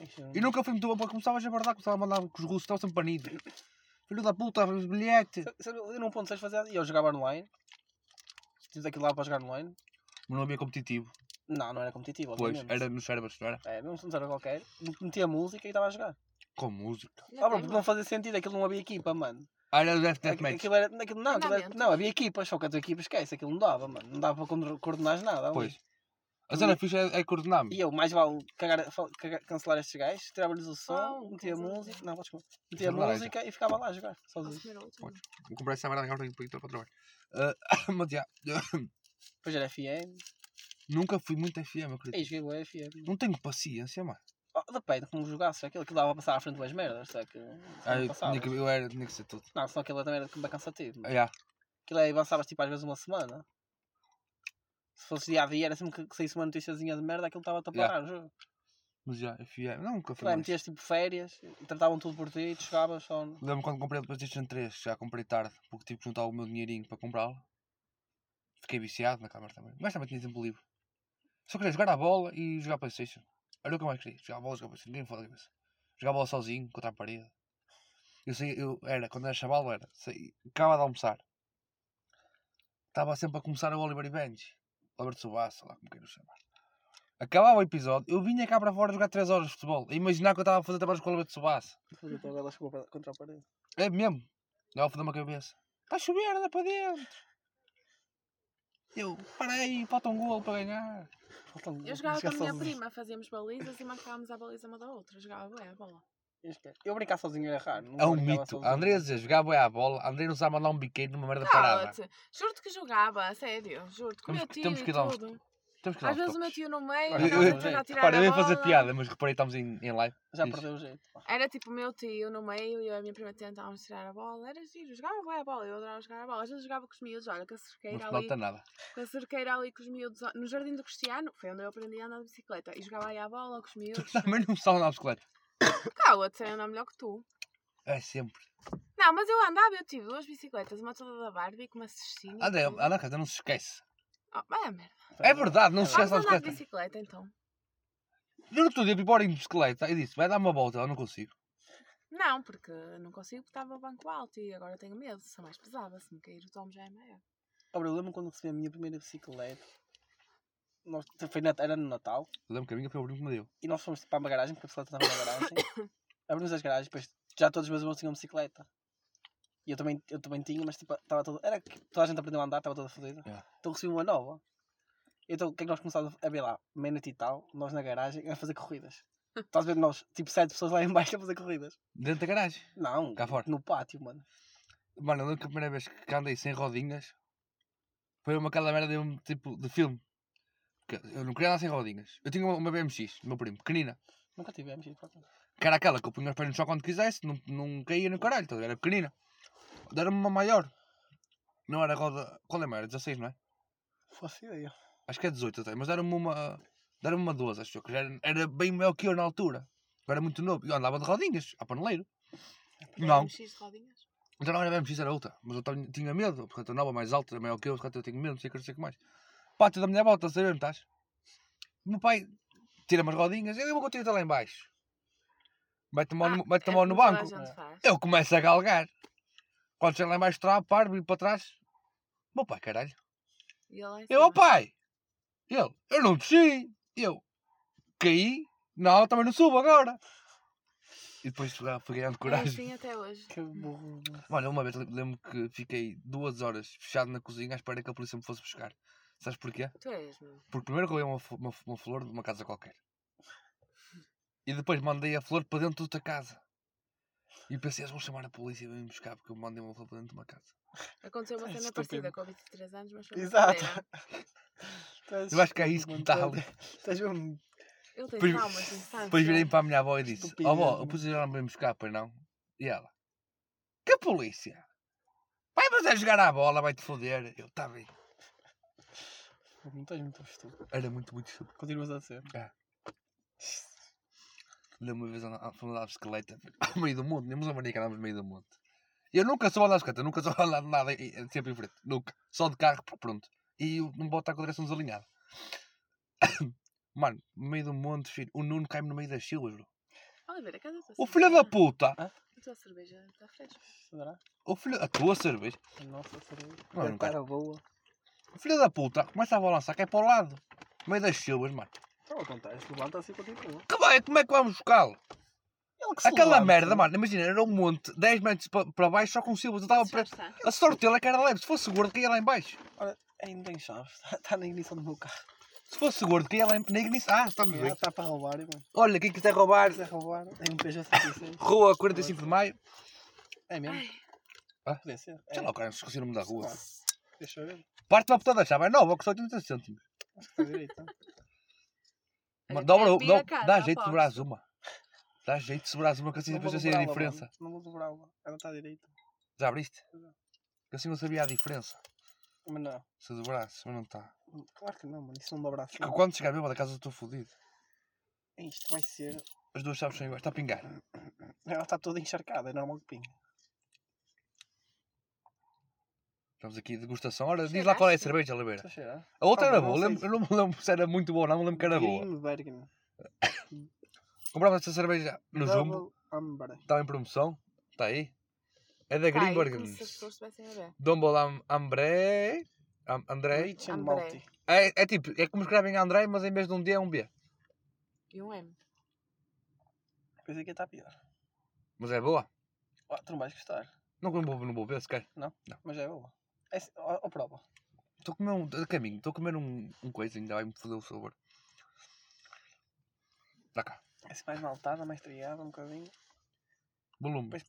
S3: Ixi, eu
S2: E
S3: é não-
S2: nunca fui muito bom para começava a jabardar, começava a mandar com os russos, estava sempre banido. Filho da puta, os bilhete.
S3: Sabe- sabe, Eu no 1.6 fazia. E eu jogava online. Tive aquilo lá para jogar online.
S2: Mas não havia competitivo.
S3: Não, não era competitivo,
S2: Pois,
S3: obviamente.
S2: era nos servers, não era?
S3: É, mesmo se não era qualquer. Metia música e estava a jogar.
S2: Com música.
S4: Ainda
S3: Ah, bro,
S4: tem,
S3: porque
S4: mano.
S3: não fazia sentido, aquilo não havia equipa, mano.
S2: Ah, era o Death
S3: Aquilo, é
S2: Deathmatch.
S3: aquilo era, aquilo, não, aquilo era-
S4: Finalmente.
S3: não, havia equipas, só que as equipas esquece, aquilo não dava, mano. Não dava para coorden- coordenares nada. ali.
S2: Pois. A cena ficha é, é coordenar
S3: E eu, mais vale cagar, fal- cagar- cancelar estes gajos, tirava-lhes o som,
S4: Oh,
S3: metia a
S4: cancelar.
S3: música, não, podes comer. Metia a
S2: Deixa-me lá,
S3: música e ficava lá a jogar,
S4: Posso
S3: sozinho.
S4: comer outro?
S2: Pois.
S3: é-
S2: Vou comprar essa merda agora tenho que ir para o trabalho. Ah, mas já,
S3: Depois era FM,
S2: nunca fui muito FM, meu querido.
S3: aí joguei o FM.
S2: Não tenho paciência, mano.
S3: Oh, depende como jogasses, aquilo, aquilo dava a passar à frente das merdas, só que.
S2: Ah,
S3: Não,
S2: eu,
S3: passavas.
S2: tinha que, eu era, tinha que ser tudo.
S3: não, só aquilo também era que me cansativo.
S2: Ah, já.
S3: Aquilo aí avançavas tipo às vezes uma semana. Se fosse dia a dia, era sempre que, que saísse uma notíciazinha de merda, aquilo estava-te a
S2: Yeah.
S3: parar o jogo.
S2: Mas já, FM. Não, nunca fui
S3: Aquilo aí
S2: mais.
S3: metias tipo férias, e tratavam tudo por ti, tu chegavas só.
S2: Lembro quando comprei o PlayStation 3, já comprei tarde, porque tive que juntar o meu dinheirinho para comprá-lo. Fiquei viciado na câmara também. Mas também tinha tempo livre. Só queria jogar a bola e jogar PlayStation. Era o que eu mais queria. Jogar a bola, jogar PlayStation. Ninguém me foda a cabeça. Jogar a bola sozinho, contra a parede. Eu sei, eu era, quando era chaval, era. Saí, acaba de almoçar. Estava sempre a começar o Oliver e Benji. Oliver de Subassa, lá como queiram chamar. Acabava o episódio, eu vinha cá para fora jogar 3 horas de futebol. A imaginar que eu estava a fazer trabalhos com o Oliver de Subassa.
S3: Depois eu agora chegou para- contra a parede.
S2: É mesmo? Dá a foder uma cabeça. Está a chover, anda para dentro. Eu, para aí, falta um golo para ganhar.
S3: Faltam-
S4: Eu jogava com a minha
S3: é sozinho.
S4: prima, fazíamos balizas e marcávamos a baliza uma da outra. Jogava bem a bola.
S3: Eu esque- é, Eu brincar sozinho era raro.
S2: É um
S3: brincava
S2: mito.
S3: sozinho.
S2: A André dizia, jogava à bola, a André não sabe mandar um biqueiro numa merda parada.
S4: Cala-te! Juro-te que jogava, a sério. Juro-te. Com o
S2: Temos
S4: meu
S2: que-
S4: tio
S2: temos
S4: e
S2: que ir dar uns
S4: tudo.
S2: Temos que dar
S4: Às
S2: uns
S4: vezes o meu
S2: toques.
S4: tio no meio,
S3: Olha,
S4: estava
S2: eu-
S4: sempre a tirar
S2: Repara, eu
S4: a
S2: ia fazer
S4: bola.
S2: piada, mas reparei, estamos em, em live.
S3: Já
S2: Diz.
S3: perdeu o jeito. pá.
S4: Era tipo o meu tio no meio e eu e a minha prima tentávamos tirar a bola. Era giro, jogava bem a bola, eu adorava jogar a bola. Às vezes jogava com os miúdos, olha, com a
S2: Não
S4: cerqueira
S2: se
S4: ali,
S2: nota nada.
S4: com a cerqueira ali com os miúdos. ó, No Jardim do Cristiano, foi onde eu aprendi a andar de bicicleta. E jogava aí à bola com os
S2: Tu
S4: miúdos.
S2: também não sabes andar de bicicleta.
S4: Cala-te, sei andar melhor que tu.
S2: É sempre.
S4: Não, mas eu andava, eu tive duas bicicletas, uma toda da Barbie com uma cestinha. e
S2: André,
S4: tudo.
S2: Ana Cata, Ah, não é se esquece.
S4: Oh, vai a merda.
S2: É verdade, não se
S4: Vamos
S2: esquece da
S4: andar de
S2: bicicleta.
S4: bicicleta então.
S2: Eu no outro dia fui embora em bicicleta e disse, vai dar uma volta, eu não consigo.
S4: Não, porque não consigo, porque estava banco alto e agora tenho medo, sou mais pesada, se me cair o tom já é maior.
S3: Ora, eu lembro quando recebi a minha primeira bicicleta. Nós, foi na- era no Natal.
S2: Eu lembro que a minha foi o primo que me deu.
S3: E nós fomos para uma garagem, porque a bicicleta estava na garagem. Abrimos as garagens, depois já todos os meus irmãos tinham bicicleta. E eu também, eu também tinha, mas tipo, estava toda. Era que toda a gente aprendeu a andar, estava toda fodida.
S2: Yeah.
S3: Então recebi uma nova. Então o que é que nós começámos a ver lá? Meia-noite e tal, nós na garagem, a fazer corridas. Estás a ver nós, tipo, sete pessoas lá em baixo a fazer corridas?
S2: Dentro da garagem.
S3: Não,
S2: Cá fora.
S3: no pátio, mano.
S2: Mano, eu lembro que a primeira vez que andei sem rodinhas foi uma aquela merda de um tipo de filme. Que Eu não queria andar sem rodinhas. Eu tinha uma, uma BMX, do meu primo, pequenina.
S3: Nunca tivemos ido para cá.
S2: Que era aquela que eu punha os pés no chão quando quisesse, não, não caía no caralho, então, era pequenina. Deram-me uma maior. Não era roda. Qual é a maior? 16, não é?
S3: Fosse ideia.
S2: Acho que é 18 até, mas deram-me uma. Deram-me uma 12, acho eu, que já era, era bem maior que eu na altura. Eu era muito novo. E eu andava de rodinhas, a paneleiro. Não.
S4: é um X de rodinhas.
S2: Então não era bem preciso, era outra. Mas eu tam- tinha medo, portanto eu andava é mais alta, maior que eu, portanto eu tinha medo, não sei o que, não sei o que mais. Pátio da minha volta, sabendo, estás? O meu pai tira umas rodinhas, eu vou tirar lá em baixo. Mete a
S4: Ah,
S2: mão,
S4: é
S2: no- mete a mão no banco. Eu começo a galgar. Quando chego lá em baixo, trava, paro, viro para trás. Meu pai, caralho.
S4: é
S2: Eu,
S4: assim.
S2: ó pai! Ele, eu não desci. Eu, caí. Não, também não subo agora. E depois lá fui ganhando
S4: coragem.
S2: coragem.
S4: assim até hoje.
S3: Que burro.
S2: Mano, eu uma vez lem- lembro que fiquei duas horas fechado na cozinha à espera que a polícia me fosse buscar. Sabes porquê?
S4: Tu és, meu.
S2: Porque primeiro roubei uma, fl- uma, f- uma flor de uma casa qualquer. E depois mandei a flor para dentro de outra casa. E pensei, eles vão chamar a polícia e vêm me buscar porque eu mandei uma flor para dentro de uma casa.
S4: Aconteceu
S2: Ah,
S4: uma
S3: És
S4: cena
S3: estúpido.
S4: parecida com 23 anos, mas foi
S3: Exato.
S4: brincadeira.
S2: Eu acho que é isso que me está ali.
S3: Estás mesmo.
S4: Ele tem
S2: Depois-
S4: traumas de infância.
S2: Depois virei para a minha avó e disse: Ó avó,
S3: Estupidez,
S2: a polícia já não vem buscar, pois não? E ela: Que polícia? Vai, mas é jogar à bola, vai-te foder. Eu, tá bem.
S3: Não estás muito estúpido.
S2: Era muito, muito estúpido.
S3: Continuas a ser.
S2: É. Lembro uma vez anda- fomos andar de bicicleta ao meio do mundo, temos a mania que andamos no meio do mundo. Eu nunca sou andar de bicicleta, nunca sou andar de nada, e- e- sempre em frente, nunca. Só de carro, porque pronto. E eu não boto estar com a direção desalinhada. Mano, no meio do mundo, filho, o Nuno cai-me no meio das silvas, bro.
S4: Oliveira, cadê a tua
S2: O filho
S4: cerveja?
S2: da puta!
S4: A tua cerveja está fresca.
S3: Será?
S2: O filho... A tua cerveja!
S3: Nossa, será?
S2: Não,
S3: Deve
S2: não quero.
S3: estar a boa.
S2: O filho da puta começa a balançar, cai para o lado. No meio das silvas, mano.
S3: Estava a contar, isto levanta-se assim e continua.
S2: Que vai, como é que vamos buscá-lo?
S3: Ele Aquela que se
S2: Aquela
S3: levanta.
S2: merda, mano, imagina, era um monte, 10 metros pa- para baixo, só com símbolos. Eu tava
S5: Já
S2: preso.
S5: está.
S2: A sortela que era leve. Se fosse gordo, caía lá em baixo.
S3: Ei, não tenho chaves. Está É tá na ignição do meu carro.
S2: Se fosse gordo, caía lá em na ignição. Ah, estamos bem.
S3: Está para roubar, mano.
S2: Olha, quem quiser roubar,
S3: Se É. quiser roubar, tem um Peugeot 76.
S2: rua 45 de maio.
S3: É mesmo?
S2: Ah.
S3: Podia ser. É.
S2: Sei lá, o cara, esqueci o nome da rua.
S3: Deixa eu ver.
S2: Parte uma putada da chave, é nova, que só 80 cêntimos.
S3: Acho que está direito. né? não?
S2: Mas
S5: Olha,
S2: dobra,
S5: é pira
S2: dobra-
S5: cara,
S2: dá
S5: não
S2: jeito de
S5: posso.
S2: sobrar as uma. Dá jeito de sobrar as uma, que assim
S3: Não vou
S2: depois eu sei a
S3: dobrá-la,
S2: diferença.
S3: mano. Não vou dobrá-la. Ela está direita.
S2: Já abriste? Que assim não sabia a diferença.
S3: Mas não.
S2: Se dobrasse, mas não está.
S3: Claro que não, mano. Isso não dobra assim.
S2: Quando chegar mesmo da casa, eu estou fodido.
S3: Isto vai ser.
S2: As duas chaves são iguais, está a pingar.
S3: Ela está toda encharcada. É normal que pingue.
S2: Estamos aqui, degustação. Ora, diz lá
S4: Cheiraste?
S2: qual é a cerveja, Oliveira.
S3: Deixa eu cheirar.
S2: A outra
S3: Ah,
S2: era
S3: não
S2: boa,
S3: sei
S2: lembro-
S3: se-
S2: eu não me lembro se era muito boa, não me lembro que era boa.
S3: Greenbergen.
S2: Comprava essa cerveja no Jumbo,
S3: Double Amber.
S2: estava Tá em promoção, está aí. É da
S4: Tá aí, como se as
S2: Greenbergens.
S4: pessoas estivessem a ver.
S2: Dumble Am Ambré. Am André.
S3: Rich and
S4: Amber.
S3: Malty.
S2: É, é tipo, é como escrevem André, mas em vez de um D é um B.
S4: E um M.
S3: Pensei que ia estar pior.
S2: Mas é boa.
S3: Ah, tu não vais gostar.
S2: Não um vou, não vou ver, se calhar.
S3: Mas é boa. É, se- ó, ó, prova.
S2: Estou a comer um. a caminho, estou a comer um, um coisa, ainda vai me foder o sabor. Dá cá.
S3: É se mais maltada, mais triada, um bocadinho.
S2: Volume.
S3: Pois-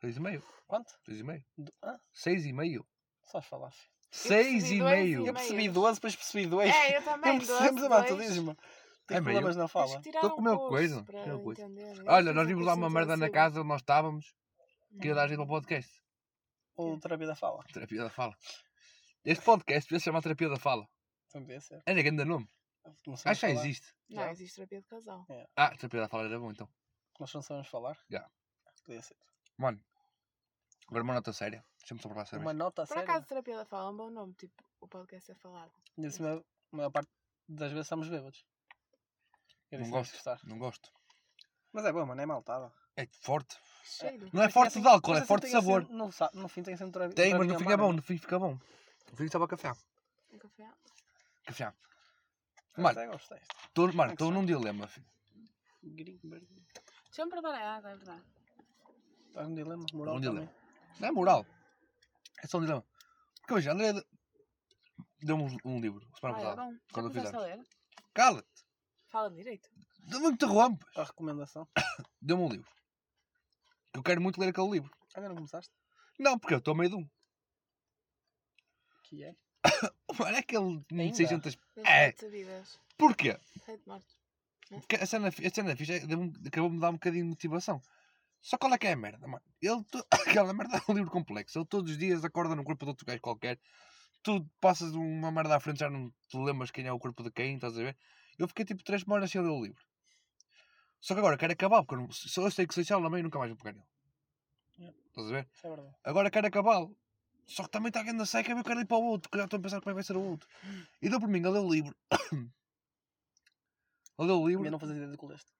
S2: 6,5.
S3: Quanto?
S2: 6,5.
S3: Do- Hã?
S2: 6,5.
S3: Só as falácias.
S4: percebi dois e
S2: 6,5.
S3: Eu
S4: meio.
S3: percebi 12, depois percebi 2.
S4: É, eu
S3: eu
S4: também.
S3: percebo,
S4: doze,
S3: mas tu
S4: dois.
S3: dizes-me.
S2: É
S3: Tem
S2: meio.
S3: problemas na
S4: Tens
S3: fala.
S4: que tirar
S2: Estou a
S4: um
S2: comer
S4: curso
S2: Então coisa,
S4: para
S2: qualquer coisa.
S4: entender. Eu
S2: Olha,
S4: fiz
S2: nós
S4: um
S2: vimos lá uma
S4: cursinho de
S2: merda na
S4: saber.
S2: casa onde nós estávamos.
S4: Hum.
S2: Queria dar jeito ao podcast.
S3: Ou terapia da fala.
S2: Terapia da fala. Este podcast devia se chamar Terapia da Fala.
S3: Também podia Então ser.
S2: Era É grande nome.
S3: Não
S2: Acho
S3: sabemos
S2: que é já
S3: falar.
S2: existe.
S4: Não,
S3: Já.
S4: existe terapia de casal.
S2: Ah, Terapia da Fala era bom então.
S3: Nós não sabemos falar.
S2: Já.
S3: Podia ser.
S2: Mano, agora uma nota séria. Deixa-me só provar a
S3: Uma
S2: cerveja.
S3: nota
S4: Por
S3: séria.
S4: acaso, terapia da fala é um bom nome. Tipo, o podcast é falado.
S3: Ainda assim, a maior parte das vezes estamos bêbados. Eu
S2: Não
S3: disse, vais
S2: gosto.
S3: gostar.
S2: Não gosto.
S3: Mas é bom, mano, é maltada.
S2: É forte.
S4: Cheiro.
S2: Não é
S3: Mas tem
S2: forte
S3: assim-
S2: de álcool,
S3: mas
S2: é
S3: assim
S2: forte de
S3: tem assim-
S2: sabor.
S3: no, sa- no fim tem sempre terapia.
S2: Tem, mas no
S3: terapia
S2: fim é bom,
S3: amarga.
S2: no fim fica bom. No fim estava café.
S4: Um café.
S2: Café.
S3: Eu
S2: Mano.
S3: até gosto deste.
S2: Tô, mano, estou num dilema. filho.
S3: Greenberg.
S4: Deixa-me preparar a água, é verdade.
S3: Estás num Tá dilema moral
S2: Um dilema.
S3: também.
S2: Não é moral. É só um dilema. Porque hoje, André deu-me um- um livro, semana
S4: Olha,
S2: passada.
S4: Ah, é bom. Já
S2: quando eu
S4: começaste
S2: fiz
S4: a ler?
S2: Cala-te!
S4: Fala direito.
S2: Não me interrompes!
S3: Tá A recomendação.
S2: Deu-me um livro. Eu quero muito ler aquele livro.
S3: Ainda não começaste?
S2: Não, porque eu estou a meio de um.
S3: Que é?
S2: Mano, é aquele
S3: Ainda?
S2: 600.
S4: Das
S2: É.
S4: sete vidas.
S2: Porquê?
S4: Sete mortes.
S2: Porque a cena, fi- a cena fixe é- deu-me- acabou-me de dar um bocadinho de motivação. Só qual é que é a merda, mano? Ele, to- aquela merda é um livro complexo. Ele todos os dias acorda no corpo de outro gajo qualquer. Tu passas uma merda à frente, já não te lembras quem é o corpo de quem, estás a ver? Eu fiquei tipo 3 semanas sem ler o livro. Só que agora quero acabar, porque eu, não, se eu sei que se deixar lá meio nunca mais vou pegar nele.
S3: Yeah.
S2: Estás a ver?
S3: Isso é verdade.
S2: Agora quero acabá-lo. Só que também está a seca, eu quero ir para o outro, que já estou a pensar como é que vai ser o outro. E deu por mim a ler o livro. a ler o livro.
S3: Ainda não fazes ideia do que leste.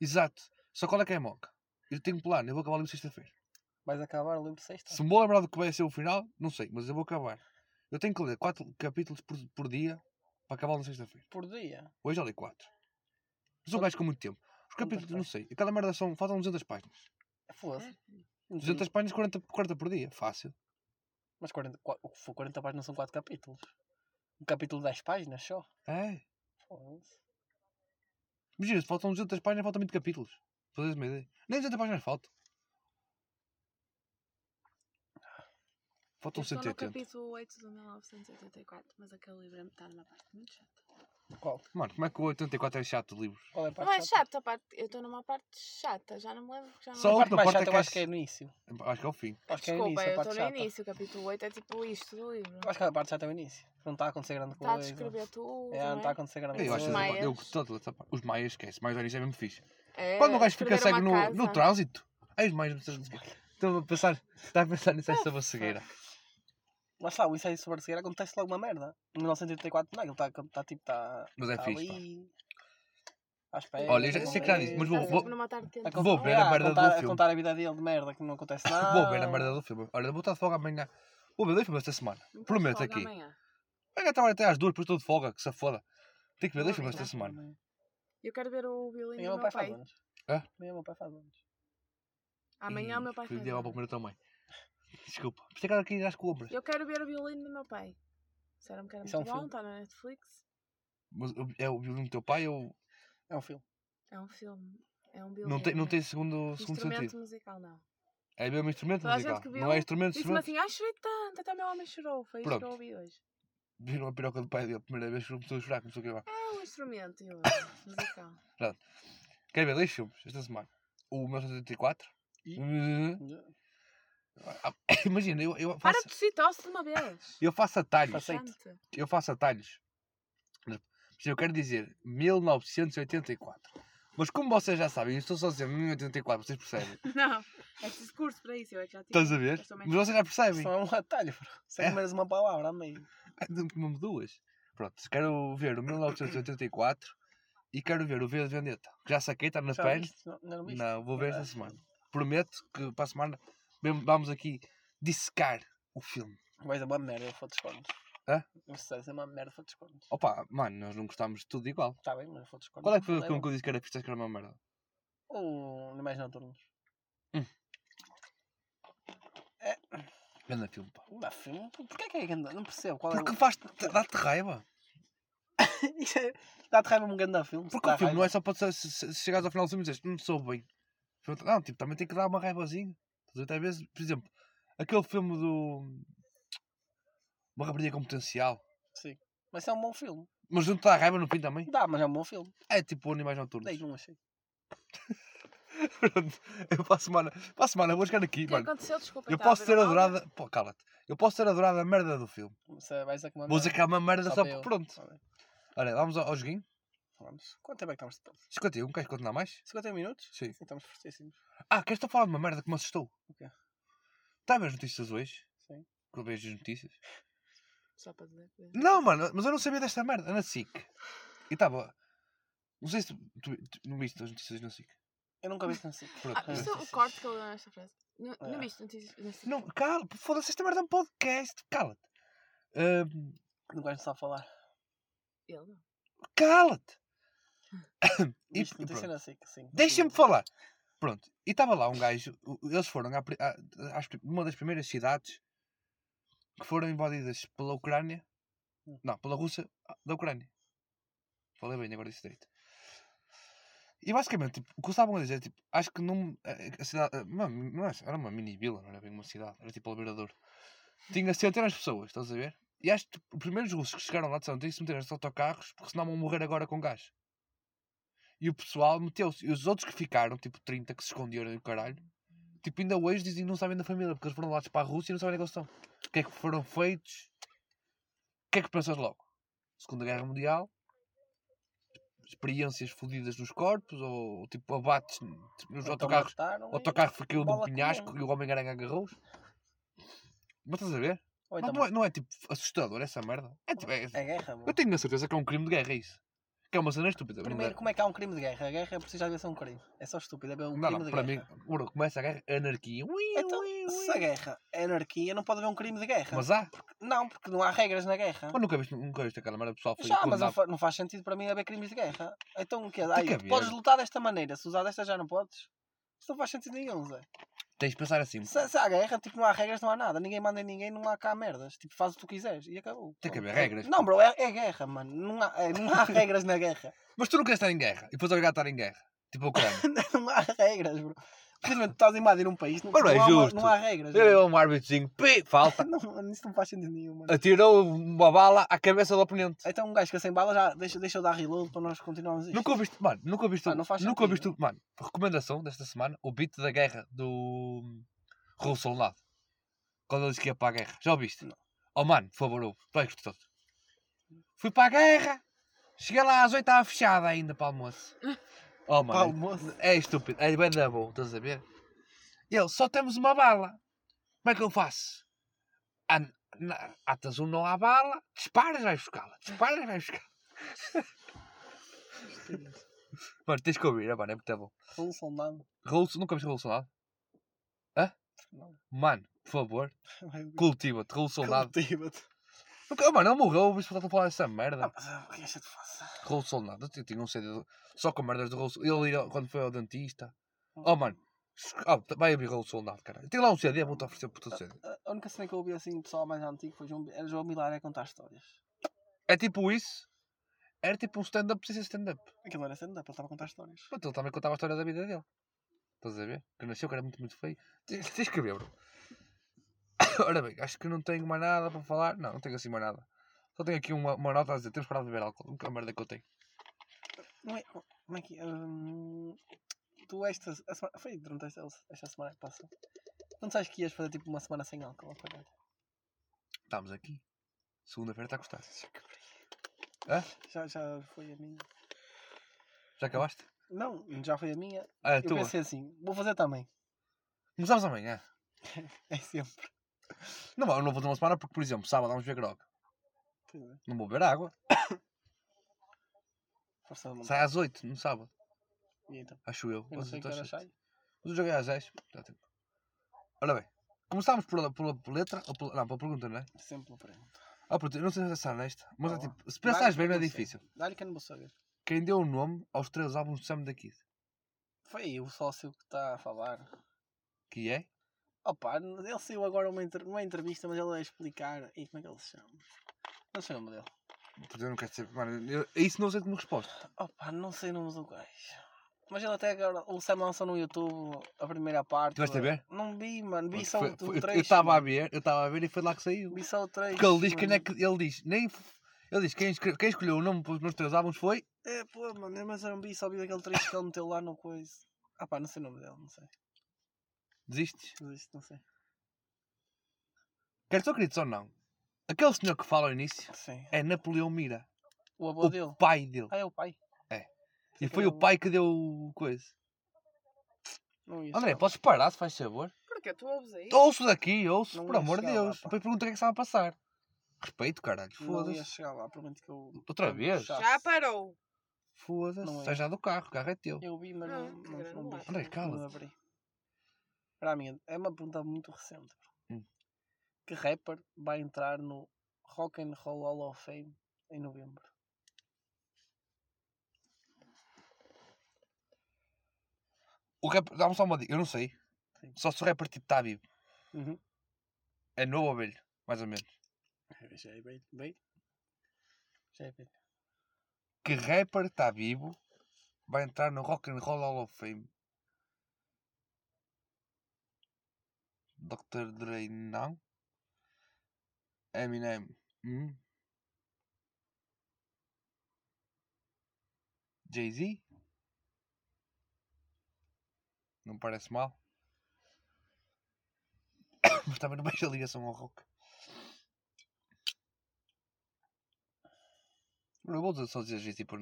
S2: Exato. Só qual é que é a moca? Eu tenho um plano, eu vou acabar o livro sexta-feira.
S3: Vais acabar o livro sexta?
S2: Se me vou lembrar do que vai ser o final, não sei, mas eu vou acabar. Eu tenho que ler 4 capítulos por, por dia para acabar na sexta-feira.
S3: Por dia.
S2: Hoje já li 4. Mas eu um gajo com muito tempo. Os capítulos, não sei, aquela merda são, faltam 200 páginas.
S3: É Foda-se. Uhum.
S2: 200 páginas, 40, 40 por dia, fácil.
S3: Mas 40, qua- o que for 40 páginas são 4 capítulos. Um capítulo de 10 páginas só.
S2: É.
S3: Foda-se.
S2: Imagina, se faltam 200 páginas, faltam 20 capítulos. Fazes uma ideia. Nem 200 páginas faltam. Faltam
S4: Estou no
S2: 180.
S4: capítulo 8 de 1984, mas aquele livro é metade na parte muito chata.
S3: Qual?
S2: Mano, como é que o 84 é chato de livros?
S3: Qual é a
S4: Não é
S3: parte chata?
S4: chato a parte. Eu estou numa parte chata, já não me lembro. Já não
S2: Só
S3: A
S2: A
S3: parte
S4: lembro.
S2: última
S3: mais
S2: parte é
S3: chata eu
S2: que
S3: acho
S2: acho-
S3: que é no início.
S2: Acho que é o fim.
S3: Acho que é no
S4: Desculpa,
S3: início,
S4: eu
S3: a parte
S4: estou no
S3: chata.
S4: início. O capítulo 8 é tipo isto do livro.
S3: Eu acho que a parte chata é o início. Não está a acontecer grande
S4: Está Tá a
S3: coisa.
S4: descrever tudo.
S3: É, não
S4: não
S3: está a acontecer grande
S2: Eu
S3: coisa.
S2: acho
S4: Os
S2: essa parte- eu
S4: maias.
S2: gosto toda essa parte. Os maias, esquece. Mais olhos é mesmo fixe.
S4: É,
S2: Quando o gajo fica
S4: descrever
S2: cego
S4: uma
S2: no, no
S4: casa.
S2: trânsito. Ai, os maias. Estou a pensar. Está a pensar nisso, essa cegueira.
S3: Lá está, o ensaio sobre a cegueira acontece logo uma merda. Em 1984, não, ele está tá, tipo, está
S2: Mas é
S3: tá
S2: fixe. pá.
S3: ali. À espera.
S2: Olha, eu já
S3: não
S2: sei que já
S3: sei.
S2: disse, mas
S4: Está
S2: vou-
S4: Ah, sempre numa tarde quente.
S3: con-
S2: vou ver a
S3: yeah,
S2: merda do
S3: contar, A
S2: filme.
S3: contar a vida dele de merda que não acontece nada.
S2: Vou ver a merda do filme. Olha, vou estar de folga amanhã. Vou ver dois filmes esta semana.
S4: Não
S2: Prometo
S4: posso folgar
S2: um aqui.
S4: amanhã.
S2: Olha, trabalho até às duas, depois estou de folga, que se foda. Tenho que ver dois
S4: Não,
S2: filmes esta
S4: não.
S2: semana.
S3: E
S4: Eu quero ver o violino
S3: o
S4: do
S3: meu pai faz anos.
S2: Hã?
S3: Amanhã o meu pai faz anos.
S4: Amanhã o meu pai
S2: faz.
S4: um. faz.
S2: Hum, Fui para
S4: anos.
S2: comer a tua mãe. Desculpa. Por isso é que ela quer ir às compras.
S4: Eu quero ver o violino do meu pai. Disseram-me que era
S3: Isso é
S4: muito
S3: um
S4: bom,
S3: filme?
S4: está na Netflix.
S2: Mas o- é o violino do teu pai ou.
S3: É um filme.
S4: É um filme. É um violino.
S2: Não tem, não tem segundo, segundo
S4: instrumento
S2: sentido.
S4: musical, não.
S2: É mesmo instrumento
S4: Toda a gente
S2: musical.
S4: que viu
S2: Não é instrumento,
S4: Disse-me
S2: instrumento.
S4: assim, ai, chorei tanto, até o meu homem chorou. Foi isto que eu
S2: Pronto.
S4: ouvi hoje.
S2: Viram a piroca do pai dele, a primeira vez começou a chorar, começou a gravar.
S4: É um instrumento eu, musical.
S2: Quer ver dois filmes esta semana? O 1984.
S3: E?
S2: Hum, Imagina, eu, eu
S4: Para
S2: faço.
S4: de tossir, tosse de uma vez.
S2: Eu faço atalhos.
S3: Aceito.
S4: Chante.
S2: Eu faço atalhos. Mas eu quero dizer 1984. Mas como vocês já sabem, eu estou só a dizer 1984, vocês percebem.
S4: Não, é preciso curso para isso, eu é que já tive.
S2: Estás a ver?
S4: Eu sou
S2: Mas
S4: médica.
S2: vocês já percebem.
S3: Isso não é um atalho, bro. Isso é
S2: É.
S3: apenas uma palavra, amei.
S2: Tomamos duas. Pronto, se quero ver o 1984 e quero ver o V de Vendetta. que Já saquei, está na
S3: Já
S2: pele.
S3: viste? Não, não viste?
S2: Tá Não, vou ver esta
S3: Ah.
S2: semana. Prometo que para a semana mesmo vamos aqui dissecar o filme.
S3: Vai ser uma merda, eu vou desconto.
S2: Hã?
S3: Não sei, vai ser uma merda, eu vou desconto.
S2: Opa, mano, nós não gostámos de tudo igual.
S3: Está bem, mas eu vou desconto.
S2: Qual é que foi o filme que eu disse que era pista que era uma merda?
S3: Ou animais noturnos.
S2: Grande filme, pá.
S3: Não dá filme? Porquê que é que anda? Não percebo. Qual é
S2: Porque
S3: o...
S2: faz dá-te raiva.
S3: Isso é- Dá-te raiva um grande filme.
S2: Porque o filme não é só para se, se, se chegares ao final do filme e dizes, não sou bem. Não, tipo, também tem que dar uma raivazinha. Estás a ver? Até às vezes, por exemplo, aquele filme do. Uma rapariga com potencial.
S3: Mas é um bom filme.
S2: Mas não te dá raiva no fim também?
S3: Dá, mas é um bom filme.
S2: É tipo animais
S3: Dei
S2: noturnos.
S3: não achei.
S2: Pronto. Eu para a semana, para a semana vou chegar aqui,
S4: O que
S2: mano.
S4: aconteceu? Desculpa.
S2: Eu
S4: estava a
S2: posso
S4: ver
S2: ter
S4: uma aula.
S2: adorado. Pô, cala-te. Eu posso ter adorado a merda do filme.
S3: Você vai dizer que uma
S2: Vou dizer que é uma merda só
S3: para
S2: porque
S3: eu.
S2: pronto.
S3: Tá bem.
S2: Olha, vamos ao, ao joguinho.
S3: Vamos. Quanto tempo é que estamos de pausa?
S2: 51, queres continuar mais?
S3: 50 minutos?
S2: Sim.
S3: Sim, estamos fortíssimos.
S2: Ah, queres estar a falar de uma merda que me assustou?
S3: O quê?
S2: Está a ver as notícias hoje?
S3: Sim.
S2: Que eu vejo as notícias.
S4: Só para dizer. que-
S2: Não, mano, mas eu não sabia desta merda. Na SIC. E estava. Não sei se tu, tu- tu não viste as notícias na SIC.
S3: Eu nunca vi isso assim.
S2: Pronto.
S4: Ah, isto é o
S2: notícias.
S4: corte que eu dou nesta frase. Não,
S3: É.
S4: não viste notícias? notícias?
S2: Ah. Não, cala, foda-se, esta merda é um podcast. Cala-te. Ahm,
S3: Não gosto de só falar.
S4: Ele não.
S2: Cala-te!
S3: Ah,
S2: E-
S3: Isto
S2: e
S3: não tem
S2: pronto.
S3: cena assim. que sim.
S2: Deixa-me falar! Pronto, e estava lá um gajo, o- eles foram à, pri- à, às pri- uma das primeiras cidades que foram invadidas pela Ucrânia,
S3: Hum.
S2: não, pela Rússia ah, da Ucrânia. Falei bem, agora disse direito. E basicamente, tipo, o que eles estavam a dizer, tipo, acho que não. A, a cidade. a- Não, não é, era, era uma mini vila, não era bem uma cidade, era tipo Alveirador. Tinha centenas de pessoas, estás a ver? E acho que os primeiros russos que chegaram lá disseram: tem que se meter nos autocarros, porque senão vão morrer agora com gás. E o pessoal meteu-se. E os outros que ficaram, tipo 30, que se esconderam e o caralho, tipo, ainda hoje dizem que não sabem da família, porque eles foram lá para a Rússia e não sabem onde é que eles estão. O que é que foram feitos? O que é que pensas logo? Segunda Guerra Mundial? Experiências fodidas nos corpos? Ou tipo abates nos autocarros?
S3: Mataram,
S2: O autocarro foi caiu num
S3: Então, bola
S2: penhasco
S3: comum.
S2: e o Homem-Aranha agarrou-os. Mas estás a ver?
S3: Ou
S2: Não,
S3: então,
S2: não é, não é, tipo assustador essa merda. É, tipo, é-
S3: é guerra,
S2: eu
S3: bro.
S2: tenho a certeza que é um crime de guerra, é isso. Que é uma cena estúpida. não
S3: Primeiro,
S2: é?
S3: como é que há um crime de guerra? A guerra precisa de ser um crime. É só estúpido. É um
S2: Não,
S3: crime
S2: não,
S3: de
S2: para
S3: guerra.
S2: mim, bro, começa a guerra, anarquia. Ui,
S3: Então,
S2: ui, ui.
S3: se a guerra é anarquia, não pode haver um crime de guerra.
S2: Mas há,
S3: Não, porque não há regras na guerra.
S2: mas nunca viste, nunca viste aquela merda o pessoal foi
S3: Já, mas não,
S2: condenado.
S3: fa- não faz sentido para mim haver crimes de guerra. Então o quê? Ai,
S2: que haver.
S3: podes lutar desta maneira, se usar desta já não podes. Isso não faz sentido nenhum, Zé.
S2: Tens de pensar assim,
S3: Se, se há guerra, tipo, não há regras, não há nada. Ninguém manda em ninguém, não há cá merdas. Tipo, faz o que tu quiseres e acabou.
S2: Tem que
S3: Pronto.
S2: haver regras,
S3: Não, bro, é, é guerra, mano. Não há, é, não há regras na guerra.
S2: mas tu não queres estar em guerra e depois obrigado a estar em guerra. Tipo a Ucrânia.
S3: Não há regras, bro. Simplesmente tu estás a invadir um país, não,
S2: Mas não é
S3: não, há, uma-
S2: justo.
S3: não há regras. bro.
S2: Eu, um árbitro, pi, falta.
S3: Não, mano, isso não faz sentido nenhum, mano.
S2: Atirou uma bala à cabeça do oponente.
S3: Então um gajo que é sem bala já deixa, deixa eu dar reload para nós continuarmos isto.
S2: Nunca ouviste, mano, nunca ouviste,
S3: Pá, não faz
S2: nunca
S3: sentido.
S2: ouviste, mano, recomendação desta semana, o beat da guerra do hum, Raul Soldado. Quando ele disse que ia para a guerra. Já ouviste?
S3: Não.
S2: Oh, mano, por favor, ouve. Tu és gostoso. Fui para a guerra. Cheguei lá às oito, estava fechada ainda para o almoço. Oh,
S3: Pá,
S2: mano,
S3: o moço.
S2: é estúpido. É bem da boa, estás a ver? E ele, só temos uma bala. Como é que eu faço? An- na- Atas um nó à bala, disparas, vais buscá-la. Disparas, vais buscá-la. Mano, tens que ouvir, é, mano, é muito bom.
S3: Raul um Soldado.
S2: Raul, nunca viste Raul Soldado? Hã?
S3: Não.
S2: Mano, por favor, cultiva-te, Raul Soldado.
S3: Cultiva-te.
S2: Nunca- oh, Mano, ele morreu, ouvi-se falar falar essa merda.
S3: Ah, mas ah, o que é que de faça?
S2: Rolo soldado, eu tinha um CD do- só com merdas de rolo soldado. Ele ia- quando foi ao dentista.
S3: Hum.
S2: Oh mano, Ah, vai abrir rolo soldado, cara. Tem lá um CD, vou-te oferecer por todo o CD.
S3: A- A única cena que eu ouvi assim, o pessoal mais antigo, foi João, era João Milar a contar histórias.
S2: É tipo isso. Era tipo um stand-up sem ser stand-up.
S3: Aquilo era stand-up, ele estava a contar histórias.
S2: Mas ele também contava a história da vida dele. Estás a ver? Que nasceu, que era muito, muito feio. Tens tens que ver, bro. Ora bem, acho que não tenho mais nada para falar. Não, não tenho assim mais nada. Só tenho aqui uma, uma nota a dizer: temos para beber álcool. Nunca a merda que eu tenho.
S3: Não é. Como é que. é? Hum, tu esta. a semana- foi durante esta, esta semana que passou. Não sabes que ias fazer tipo uma semana sem álcool, apagado.
S2: Estamos aqui. Segunda-feira tá está a custar.
S3: Já, já foi a minha.
S2: Já acabaste?
S3: Não, já foi a minha.
S2: Ah, é
S3: eu
S2: tua.
S3: pensei assim, vou fazer também.
S2: Começamos amanhã.
S3: É sempre.
S2: Não, eu não vou ter uma semana porque, por exemplo, sábado vamos ver grog.
S3: Pois é,
S2: Não vou beber água.
S3: Força
S2: Sai
S3: da vontade.
S2: às 8 no sábado,
S3: E então,
S2: acho eu.
S3: eu não
S2: Às
S3: sei que
S2: oito às
S3: horas
S2: sete.
S3: sai.
S2: Mas o jogo é às 10. Dá tempo. Ora bem, começámos pela, pela, pela letra, ou pela, não, pela pergunta, não é?
S3: Sempre uma pergunta.
S2: Ah, pronto, eu não sei se pensar nesta, mas é
S3: Tá
S2: tipo, se pensares bem não é
S3: Dá-lhe que eu
S2: difícil.
S3: sei. Dá-lhe que eu não vou saber.
S2: Quem deu o nome aos três álbuns de Sam da Kid?
S3: Foi o sócio que está a falar.
S2: Que é?
S3: Opa, ele saiu agora uma, inter... uma entrevista, mas ele vai explicar. E como é que ele se chama? Não sei o nome dele.
S2: Porque eu não quero saber, mano, eu- isso não sei como resposta.
S3: Opa, não sei nomes do gajo. Mas ele até agora, o Sam lançou no YouTube a primeira parte.
S2: Tiveste a ver?
S3: Não vi, mano. Vi
S2: Porque
S3: só
S2: foi-
S3: o
S2: foi- eu-
S3: trecho.
S2: eu estava a
S3: mano.
S2: ver, eu estava a ver e foi lá que saiu.
S3: Vi só o trecho.
S2: Porque ele diz quem é
S3: mano.
S2: que. Ele diz, nem. f- Ele diz quem, escre- quem escolheu o nome para os meus três álbuns foi.
S3: É, pô, mano. eu- Mas eu não vi, só vi aquele trecho que ele meteu lá no coisa. Ah pá, não sei o nome dele, não sei.
S2: Desistes?
S3: Mas isto não sei.
S2: Quer tu acredites ou não? Aquele senhor que fala ao início
S3: Sim.
S2: é Napoleão Mira,
S3: O avô
S2: o
S3: dele.
S2: pai dele.
S3: Ah, é o pai.
S2: E
S3: que
S2: foi
S3: era
S2: o
S3: o-
S2: pai que deu o coisa.
S3: Não ia
S2: André,
S3: chegar.
S2: podes parar se faz favor?
S4: Porquê? Tu ouves aí?
S2: Ouço daqui, ouço,
S3: Não
S2: por
S3: ia
S2: amor de
S3: chegar lá,
S2: Deus.
S3: pá.
S2: Depois pergunta o que é que estava a passar. Respeito, caralho.
S3: Não ia
S2: Foda-se.
S3: chegar lá, prometo que eu.
S2: Outra
S3: eu
S2: vez?
S3: puxasse.
S4: Já parou.
S3: Não
S2: Foda-se.
S3: é.
S2: Sai já do carro, o carro é teu.
S3: Eu vi, mas
S4: Ah,
S3: não,
S4: que
S3: não, não,
S4: grande
S3: vi.
S2: André, cala-te.
S3: Não abri. Para a minha, é uma pergunta muito recente. bro.
S2: Hum.
S3: Que rapper vai entrar no Rock and Roll Hall of Fame em novembro?
S2: O rapper, dá-me só uma dica, eu não sei.
S3: Sim.
S2: Só se o rapper tipo está vivo.
S3: Uhum.
S2: É novo ou velho, mais ou menos.
S3: Já é bem, bem. Já é bem.
S2: Que rapper está vivo vai entrar no Rock and Roll Hall of Fame? Dr. Dre, não. Eminem, hum. Jay-Z? Não parece mal. Mas também não vejo a ligação ao rock. Não vou dizer- só dizer Jay-Z por.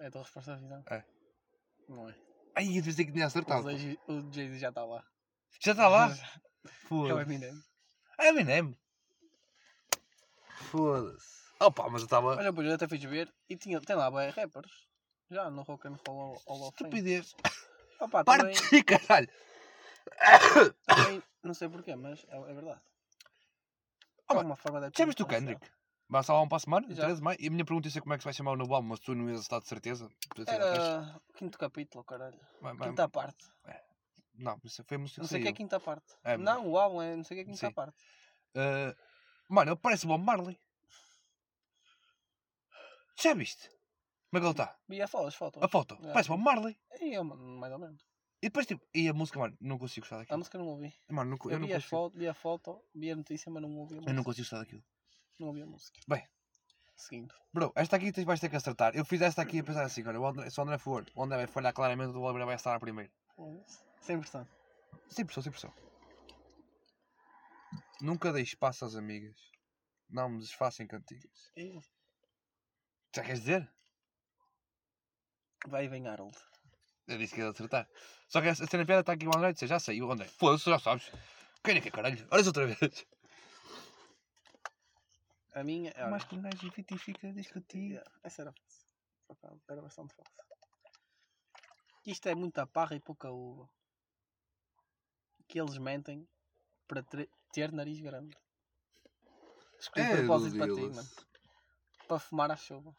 S3: É a tua resposta final?
S2: É.
S3: Não é?
S2: Ai, eu devia dizer que tinha acertado.
S3: O Jay- O Jay-Z já está lá.
S2: Já está Tá lá?
S3: Já. É o
S2: Foda-se.
S3: Eminem.
S2: É Eminem. Foda-se. Opa, mas eu estava.
S3: Olha, pois eu até fiz ver e tinha, tem lá bem rappers. Já no Rock and Roll Hall of Fame.
S2: Estupidez.
S3: Opa,
S2: Para
S3: também,
S2: de ti, caralho.
S3: também, não sei porquê, mas é, é verdade.
S2: Oh,
S3: Há
S2: mano,
S3: uma forma de
S2: Já viste o
S3: atualização.
S2: Kendrick? Vai estar lá um para a semana,
S3: Já.
S2: 13 de maio. E a minha pergunta é sei como é que se vai chamar o novo álbum, mas tu não ias estar de certeza. Podia ser atrás.
S3: Era o quinto capítulo, caralho.
S2: Vai- vai-
S3: Quinta parte.
S2: Não, isso foi a música
S3: Não
S2: que
S3: sei o que é
S2: saiu.
S3: quinta parte.
S2: É, mas-
S3: não, o álbum é não sei o que é quinta
S2: Sim.
S3: parte.
S2: Ah, Mano, ele parece o Bob Marley. Já viste? Como é que ele está?
S3: E a foto, as fotos.
S2: A foto.
S3: Já.
S2: Parece o Bob Marley.
S3: E eu, mano, mais ou menos.
S2: E depois tipo. E a música, mano, não consigo gostar
S3: A
S2: daquilo.
S3: música não ouvi.
S2: Mano, não co-
S3: Eu,
S2: eu não
S3: vi, as
S2: consigo.
S3: foto, vi a foto, vi a notícia, mas não ouvi a música.
S2: Eu não consigo gostar daquilo.
S3: Não ouvi a música.
S2: Bem.
S3: Seguindo.
S2: Bro, esta aqui tens vais ter que acertar. Eu fiz esta aqui a pensar assim, olha, o André- se o André for, o André vai falhar claramente, o Oliveira vai acertar primeiro.
S3: Foda-se. Sem pressão.
S2: Sem pressão, sem pressão. Nunca dei espaço às amigas. Não me desfaçam cantigas.
S3: É isso.
S2: Já queres dizer?
S3: Vai e vem Harold.
S2: Eu disse que ia acertar. Só que a cena piada está aqui o André, disse, já sei, o André. Foda-se, já sabes. Quem é que é caralho? Olha outra vez.
S3: A minha é
S2: Mas
S3: Harold.
S2: que um gajo invita e fica a discutir.
S3: Yeah, Essa era fácil. Por acaso, Era bastante fácil. Isto é muita parra e pouca uva. Que eles mentem para tre- ter nariz grande. escolhi de propósito para ti, mano. Para fumar à chuva.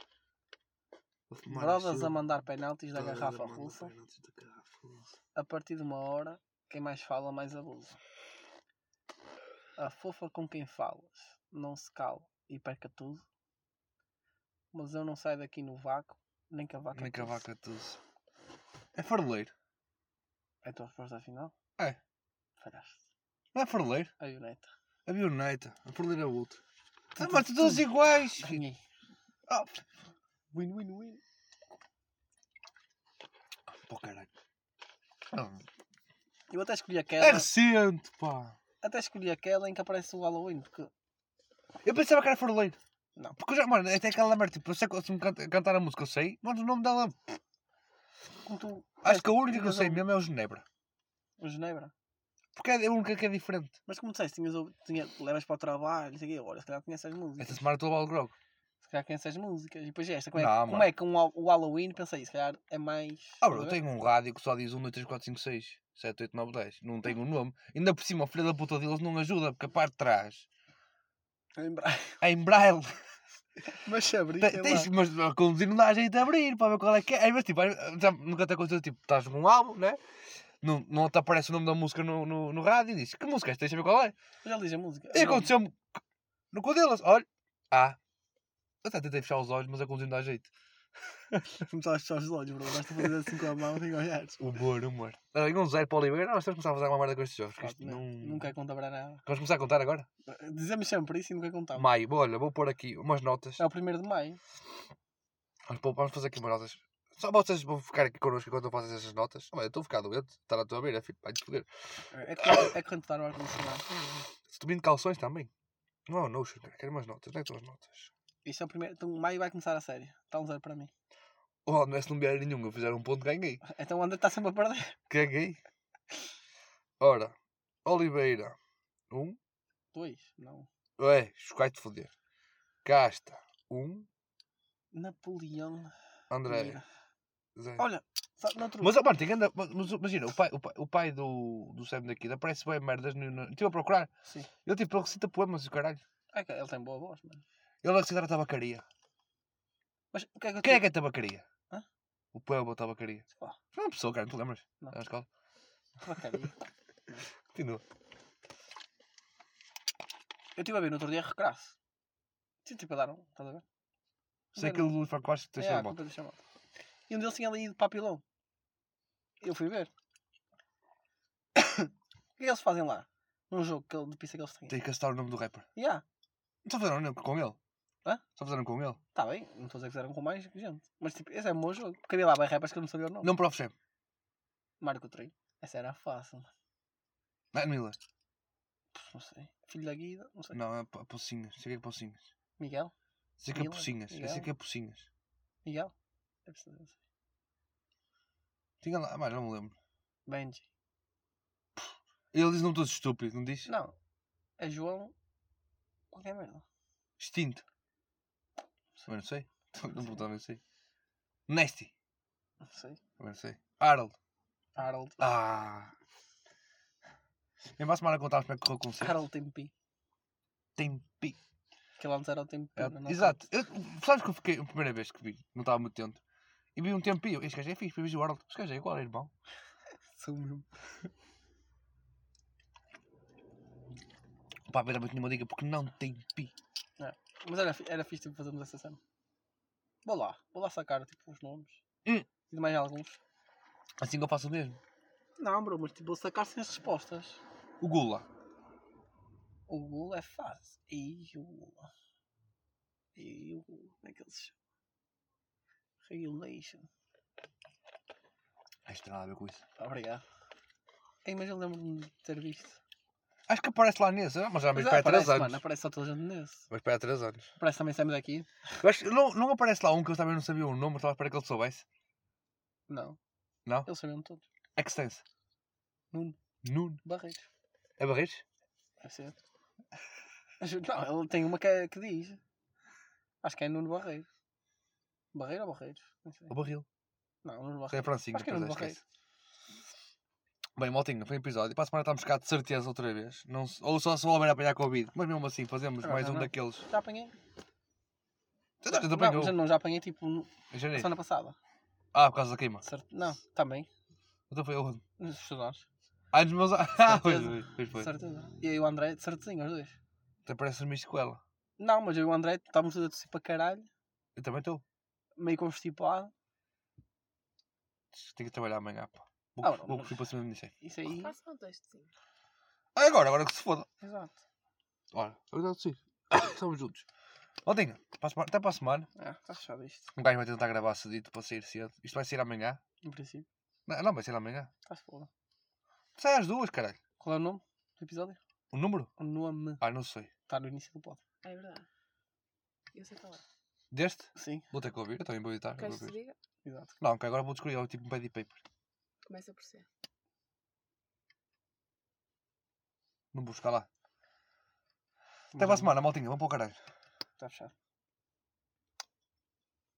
S3: Brodas a mandar penaltis da garrafa russa. A partir de uma hora, quem mais fala, mais abusa. A fofa com quem falas, não se cala e perca tudo. Mas eu não saio daqui no vácuo, nem que a vaca.
S2: Nem que a
S3: tusse.
S2: vaca tusse. É farleiro.
S3: É a tua resposta final?
S2: É.
S3: Falhaste.
S2: Não é farleiro?
S3: A Ioneta.
S2: A Bioneta. A farleiro é outro.
S3: Tu-
S2: Ah,
S3: tu-
S2: mas tu todos
S3: tu-
S2: iguais.
S3: Ganhei.
S2: Ah.
S3: Win, win, win.
S2: Pô, caralho. Ah,
S3: Eu até escolhi aquela.
S2: É recente, pá.
S3: Até escolhi aquela em que aparece o Halloween, porque
S2: Eu pensava que era farleiro.
S3: Não.
S2: Porque, eu já, mano, até aquela merda, tipo, eu sei que se me canta- cantar a música, eu sei, mas o nome dela.
S3: como tu.
S2: Acho que a única que eu
S3: tinhas
S2: sei
S3: ouvi-
S2: mesmo é o Genebra.
S3: O Genebra.
S2: Porque é a única que é diferente.
S3: Mas como disseste, tinhas, ouvi- tinha, levas para o trabalho, não sei o quê, olha, se calhar conheces as músicas.
S2: Esta semana estou a Grog.
S3: Se calhar conheces as músicas. E depois esta, como é,
S2: Não,
S3: que- como
S2: mano.
S3: é que um, Hal- o Halloween, pensei, se calhar é mais.
S2: Ah, bro, eu tenho um rádio que só diz 1, 2, 3, 4, 5, 6, 7, 8, 9, 10. Não tenho o nome. Ainda por cima, o filho da puta deles não ajuda, porque a parte de trás
S3: Lembrar.
S2: é em braille.
S3: Mas se abrir,
S2: Te- Tens, mas a conduzir não dá jeito de abrir para ver qual é que é. Aí, Mas tipo, aí, já, nunca te aconteceu, tipo, estás num álbum, né? Não, não te aparece o nome da música no, no, no rádio e dizes que música é esta? Deixa eu ver qual é.
S3: Mas ele diz a música.
S2: E aconteceu-me no cu delas. Olha, ah, eu até tentei fechar os olhos, mas a conduzir não dá jeito.
S3: Começaste a fechar os olhos, bro. Basta fazer assim com a mão e olhares.
S2: Humor, humor. Era um zero para o Oliveira. Nós temos que começar a fazer uma merda com estes jogos. porque
S3: Claro,
S2: isto
S3: né? não,
S2: não...
S3: Nunca conta para nada.
S2: Vamos começar a contar agora?
S3: Dizemos sempre isso e nunca contamos.
S2: Maio, bom, olha, vou pôr aqui umas notas.
S3: É o 1 de maio.
S2: Vamos, pôr- vamos fazer aqui umas notas. Só vocês vão ficar aqui connosco enquanto eu faço essas notas. Ah, bem, eu estou a ficar doente. Estar à tua beira, filho. Vai desfoder.
S3: É que- é que quando te dar o ar-condicionado.
S2: Se tu vim de calções também. Não, não, Notion, cara. Quero umas notas. Onde é que estão as notas?
S3: Isto é o primeiro. Então, maio vai começar a série. Está um zero para mim.
S2: Oh, não é se não vier nenhuma. Fizeram um ponto, ganhei.
S3: Então o André está sempre a perder.
S2: Caguei. Ora, Oliveira. Um.
S3: Dois? Não.
S2: Ué, vai-te É, foder. Casta. Um.
S3: Napoleão.
S2: André.
S3: Oliveira.
S2: Zero.
S3: Olha, só- no outro.
S2: Mas, ó, mano, tem grande- mas- mas imagina, o pai, o pai, o pai do, do Sam daqui aparece bem merdas. no- no- Estive a procurar.
S3: Sim.
S2: Ele tipo, ele recita poemas e o caralho.
S3: Ah, cara, ele tem boa voz, mano.
S2: Ele recita a tabacaria.
S3: Mas o que é que eu
S2: Quem é
S3: te-
S2: que é tabacaria?
S3: Hã?
S2: O poema tabacaria.
S3: Sei lá.
S2: Foi uma pessoa, cara, não te lembras? É,
S3: Não.
S2: Na escola.
S3: Porcaria.
S2: Continua.
S3: Eu estive a ver no outro dia recrasso. Tive tipo a dar um, estás a ver?
S2: Sei
S3: Ver
S2: aquele do Franco Vasco que
S3: um.
S2: tens
S3: É, a
S2: chamado.
S3: culpa do chamado. E um deles tinha ali ido para Pilão. Eu fui ver. o que é que eles fazem lá? Num jogo que, ele- de pista que eles têm.
S2: Tem que acertar o nome do rapper.
S3: Yeah,
S2: Só fizeram não, com ele.
S3: Hã?
S2: Só fizeram com ele.
S3: tá bem. Não estou a dizer que fizeram com mais gente. Mas tipo, esse é um bom jogo. Porque havia lá bem rappers que eu não sabia o nome.
S2: Não para o Sam.
S3: Marco Trem. Essa era fácil.
S2: Matt Miller.
S3: Pff, Não sei. Filho da Guida. Não sei.
S2: Não, é pa- Pocinhas. Sei que é Pocinhas.
S3: Miguel?
S2: Sei que é
S3: Miller,
S2: Pocinhas. Eu sei
S3: Miguel.
S2: que é Pocinhas.
S3: Miguel? É preciso dizer.
S2: Tinha lá, mas não me lembro.
S3: Benji.
S2: Ele diz nome todo estúpido, não diz?
S3: Não. É João. Qualquer merda.
S2: Extinto. Também não sei. Não vou também sei. Nasty.
S3: Não sei.
S2: Também não sei. Harold.
S3: Harold.
S2: Ah. Em uma semana contámos como é que correu o concerto.
S3: Harold Tempi.
S2: Tem pi.
S3: Aquele antes era o Tempi.
S2: É,
S3: não é?
S2: exato. Eu, sabes que eu fiquei a primeira vez que vi, não estava muito tempo. E vi um tempo e eu, este gajo é fixe, depois vi o Harold. Este gajo é igual, é irmão.
S3: Sou mesmo.
S2: Pá, mas também tinha uma dica porque não tem pi.
S3: Mas era, fi- era fixe tipo, fazermos essa cena. Vou lá. Vou lá sacar tipo, os nomes.
S2: Hum.
S3: E de mais alguns.
S2: Assim que eu faço o mesmo.
S3: Não, bro, mas tipo, vou sacar sem as respostas.
S2: O Gula.
S3: O Gula é fácil. E o Gula. E o Gula. Como é que ele se chama? Regulation.
S2: Acho que tem nada a ver com isso.
S3: Obrigado. Ei, mas eu lembro-me de ter visto.
S2: Acho que aparece lá nesse, ah, mas já me
S3: Mas
S2: espera há 3
S3: aparece,
S2: anos.
S3: mano, aparece só toda a gente nesse.
S2: Mas espera há 3 anos.
S3: Aparece também Sam daqui?
S2: Eu acho- não, não aparece lá um que eu também não sabia o nome, estava a esperar que ele soubesse.
S3: Não.
S2: Não?
S3: Eles sabiam todos.
S2: Extense.
S3: Nuno.
S2: Nuno.
S3: Barreiros.
S2: É Barreiros?
S3: Deve ser. Acho- É Não, ele tem uma que, é- que diz. Acho que é Nuno Barreiros. Barreiro ou Barreiros? Não sei.
S2: O É Barril.
S3: Não, Nuno
S2: É
S3: Barreiros.
S2: Francinho,
S3: Acho que é
S2: depois
S3: Nuno
S2: esquece.
S3: Barreiros.
S2: Bem, maltinho, foi um episódio. Para a semana estamos cá de certeza outra vez. Não se- Ou só se o homem apanhar Covid. Mas mesmo assim, fazemos
S3: Ah,
S2: mais um
S3: não, não.
S2: daqueles.
S3: Já apanhei?
S2: Tu já te
S3: Não,
S2: apanhou?
S3: já não, já apanhei tipo no-
S2: Em janeiro?
S3: semana passada.
S2: Ah, por causa da queima.
S3: Certo? Não, também.
S2: Então foi onde?
S3: Nos estudantes.
S2: Ah, nos meus. Ah, pois
S3: Certeza.
S2: foi, pois foi.
S3: Certeza. E eu e o André, de certezinho, os dois.
S2: Até parece um uma escola.
S3: Não, mas eu e o André estávamos todos a tossir para caralho,
S2: Eu também estou.
S3: meio um constipado.
S2: Tenho que trabalhar amanhã, pá. Vou,
S3: Ah,
S2: vou
S3: não.
S2: fui para cima de mim.
S3: Isso aí.
S4: Faça um textinho.
S2: Ah, agora, agora que se foda.
S3: Exato.
S2: Olha, eu já sim. Estamos juntos. Maltinho, para a semana- até para a semana.
S3: Ah, está fechado isto.
S2: Um gajo vai tentar gravar cedito para sair cedo. Isto vai ser amanhã.
S3: No princípio.
S2: Não, não vai ser amanhã.
S3: Está-se foda.
S2: Sai às duas, caralho.
S3: Qual é o nome do episódio?
S2: O número?
S3: O nome.
S2: Ah, não sei.
S3: Está no início do pod.
S4: É verdade. Eu sei qual é.
S2: Deste?
S3: Sim,
S2: Vou ter que ouvir. Eu também vou editar. eu
S4: Queres
S2: vou
S4: que te
S2: ouvir.
S4: diga?
S3: exato.
S2: Não, que agora vou descobrir. É o tipo um pad paper.
S4: Começa por ser.
S2: Não vou buscar lá. Até para a semana, maltinha. Vamos para o caralho.
S3: Está fechado.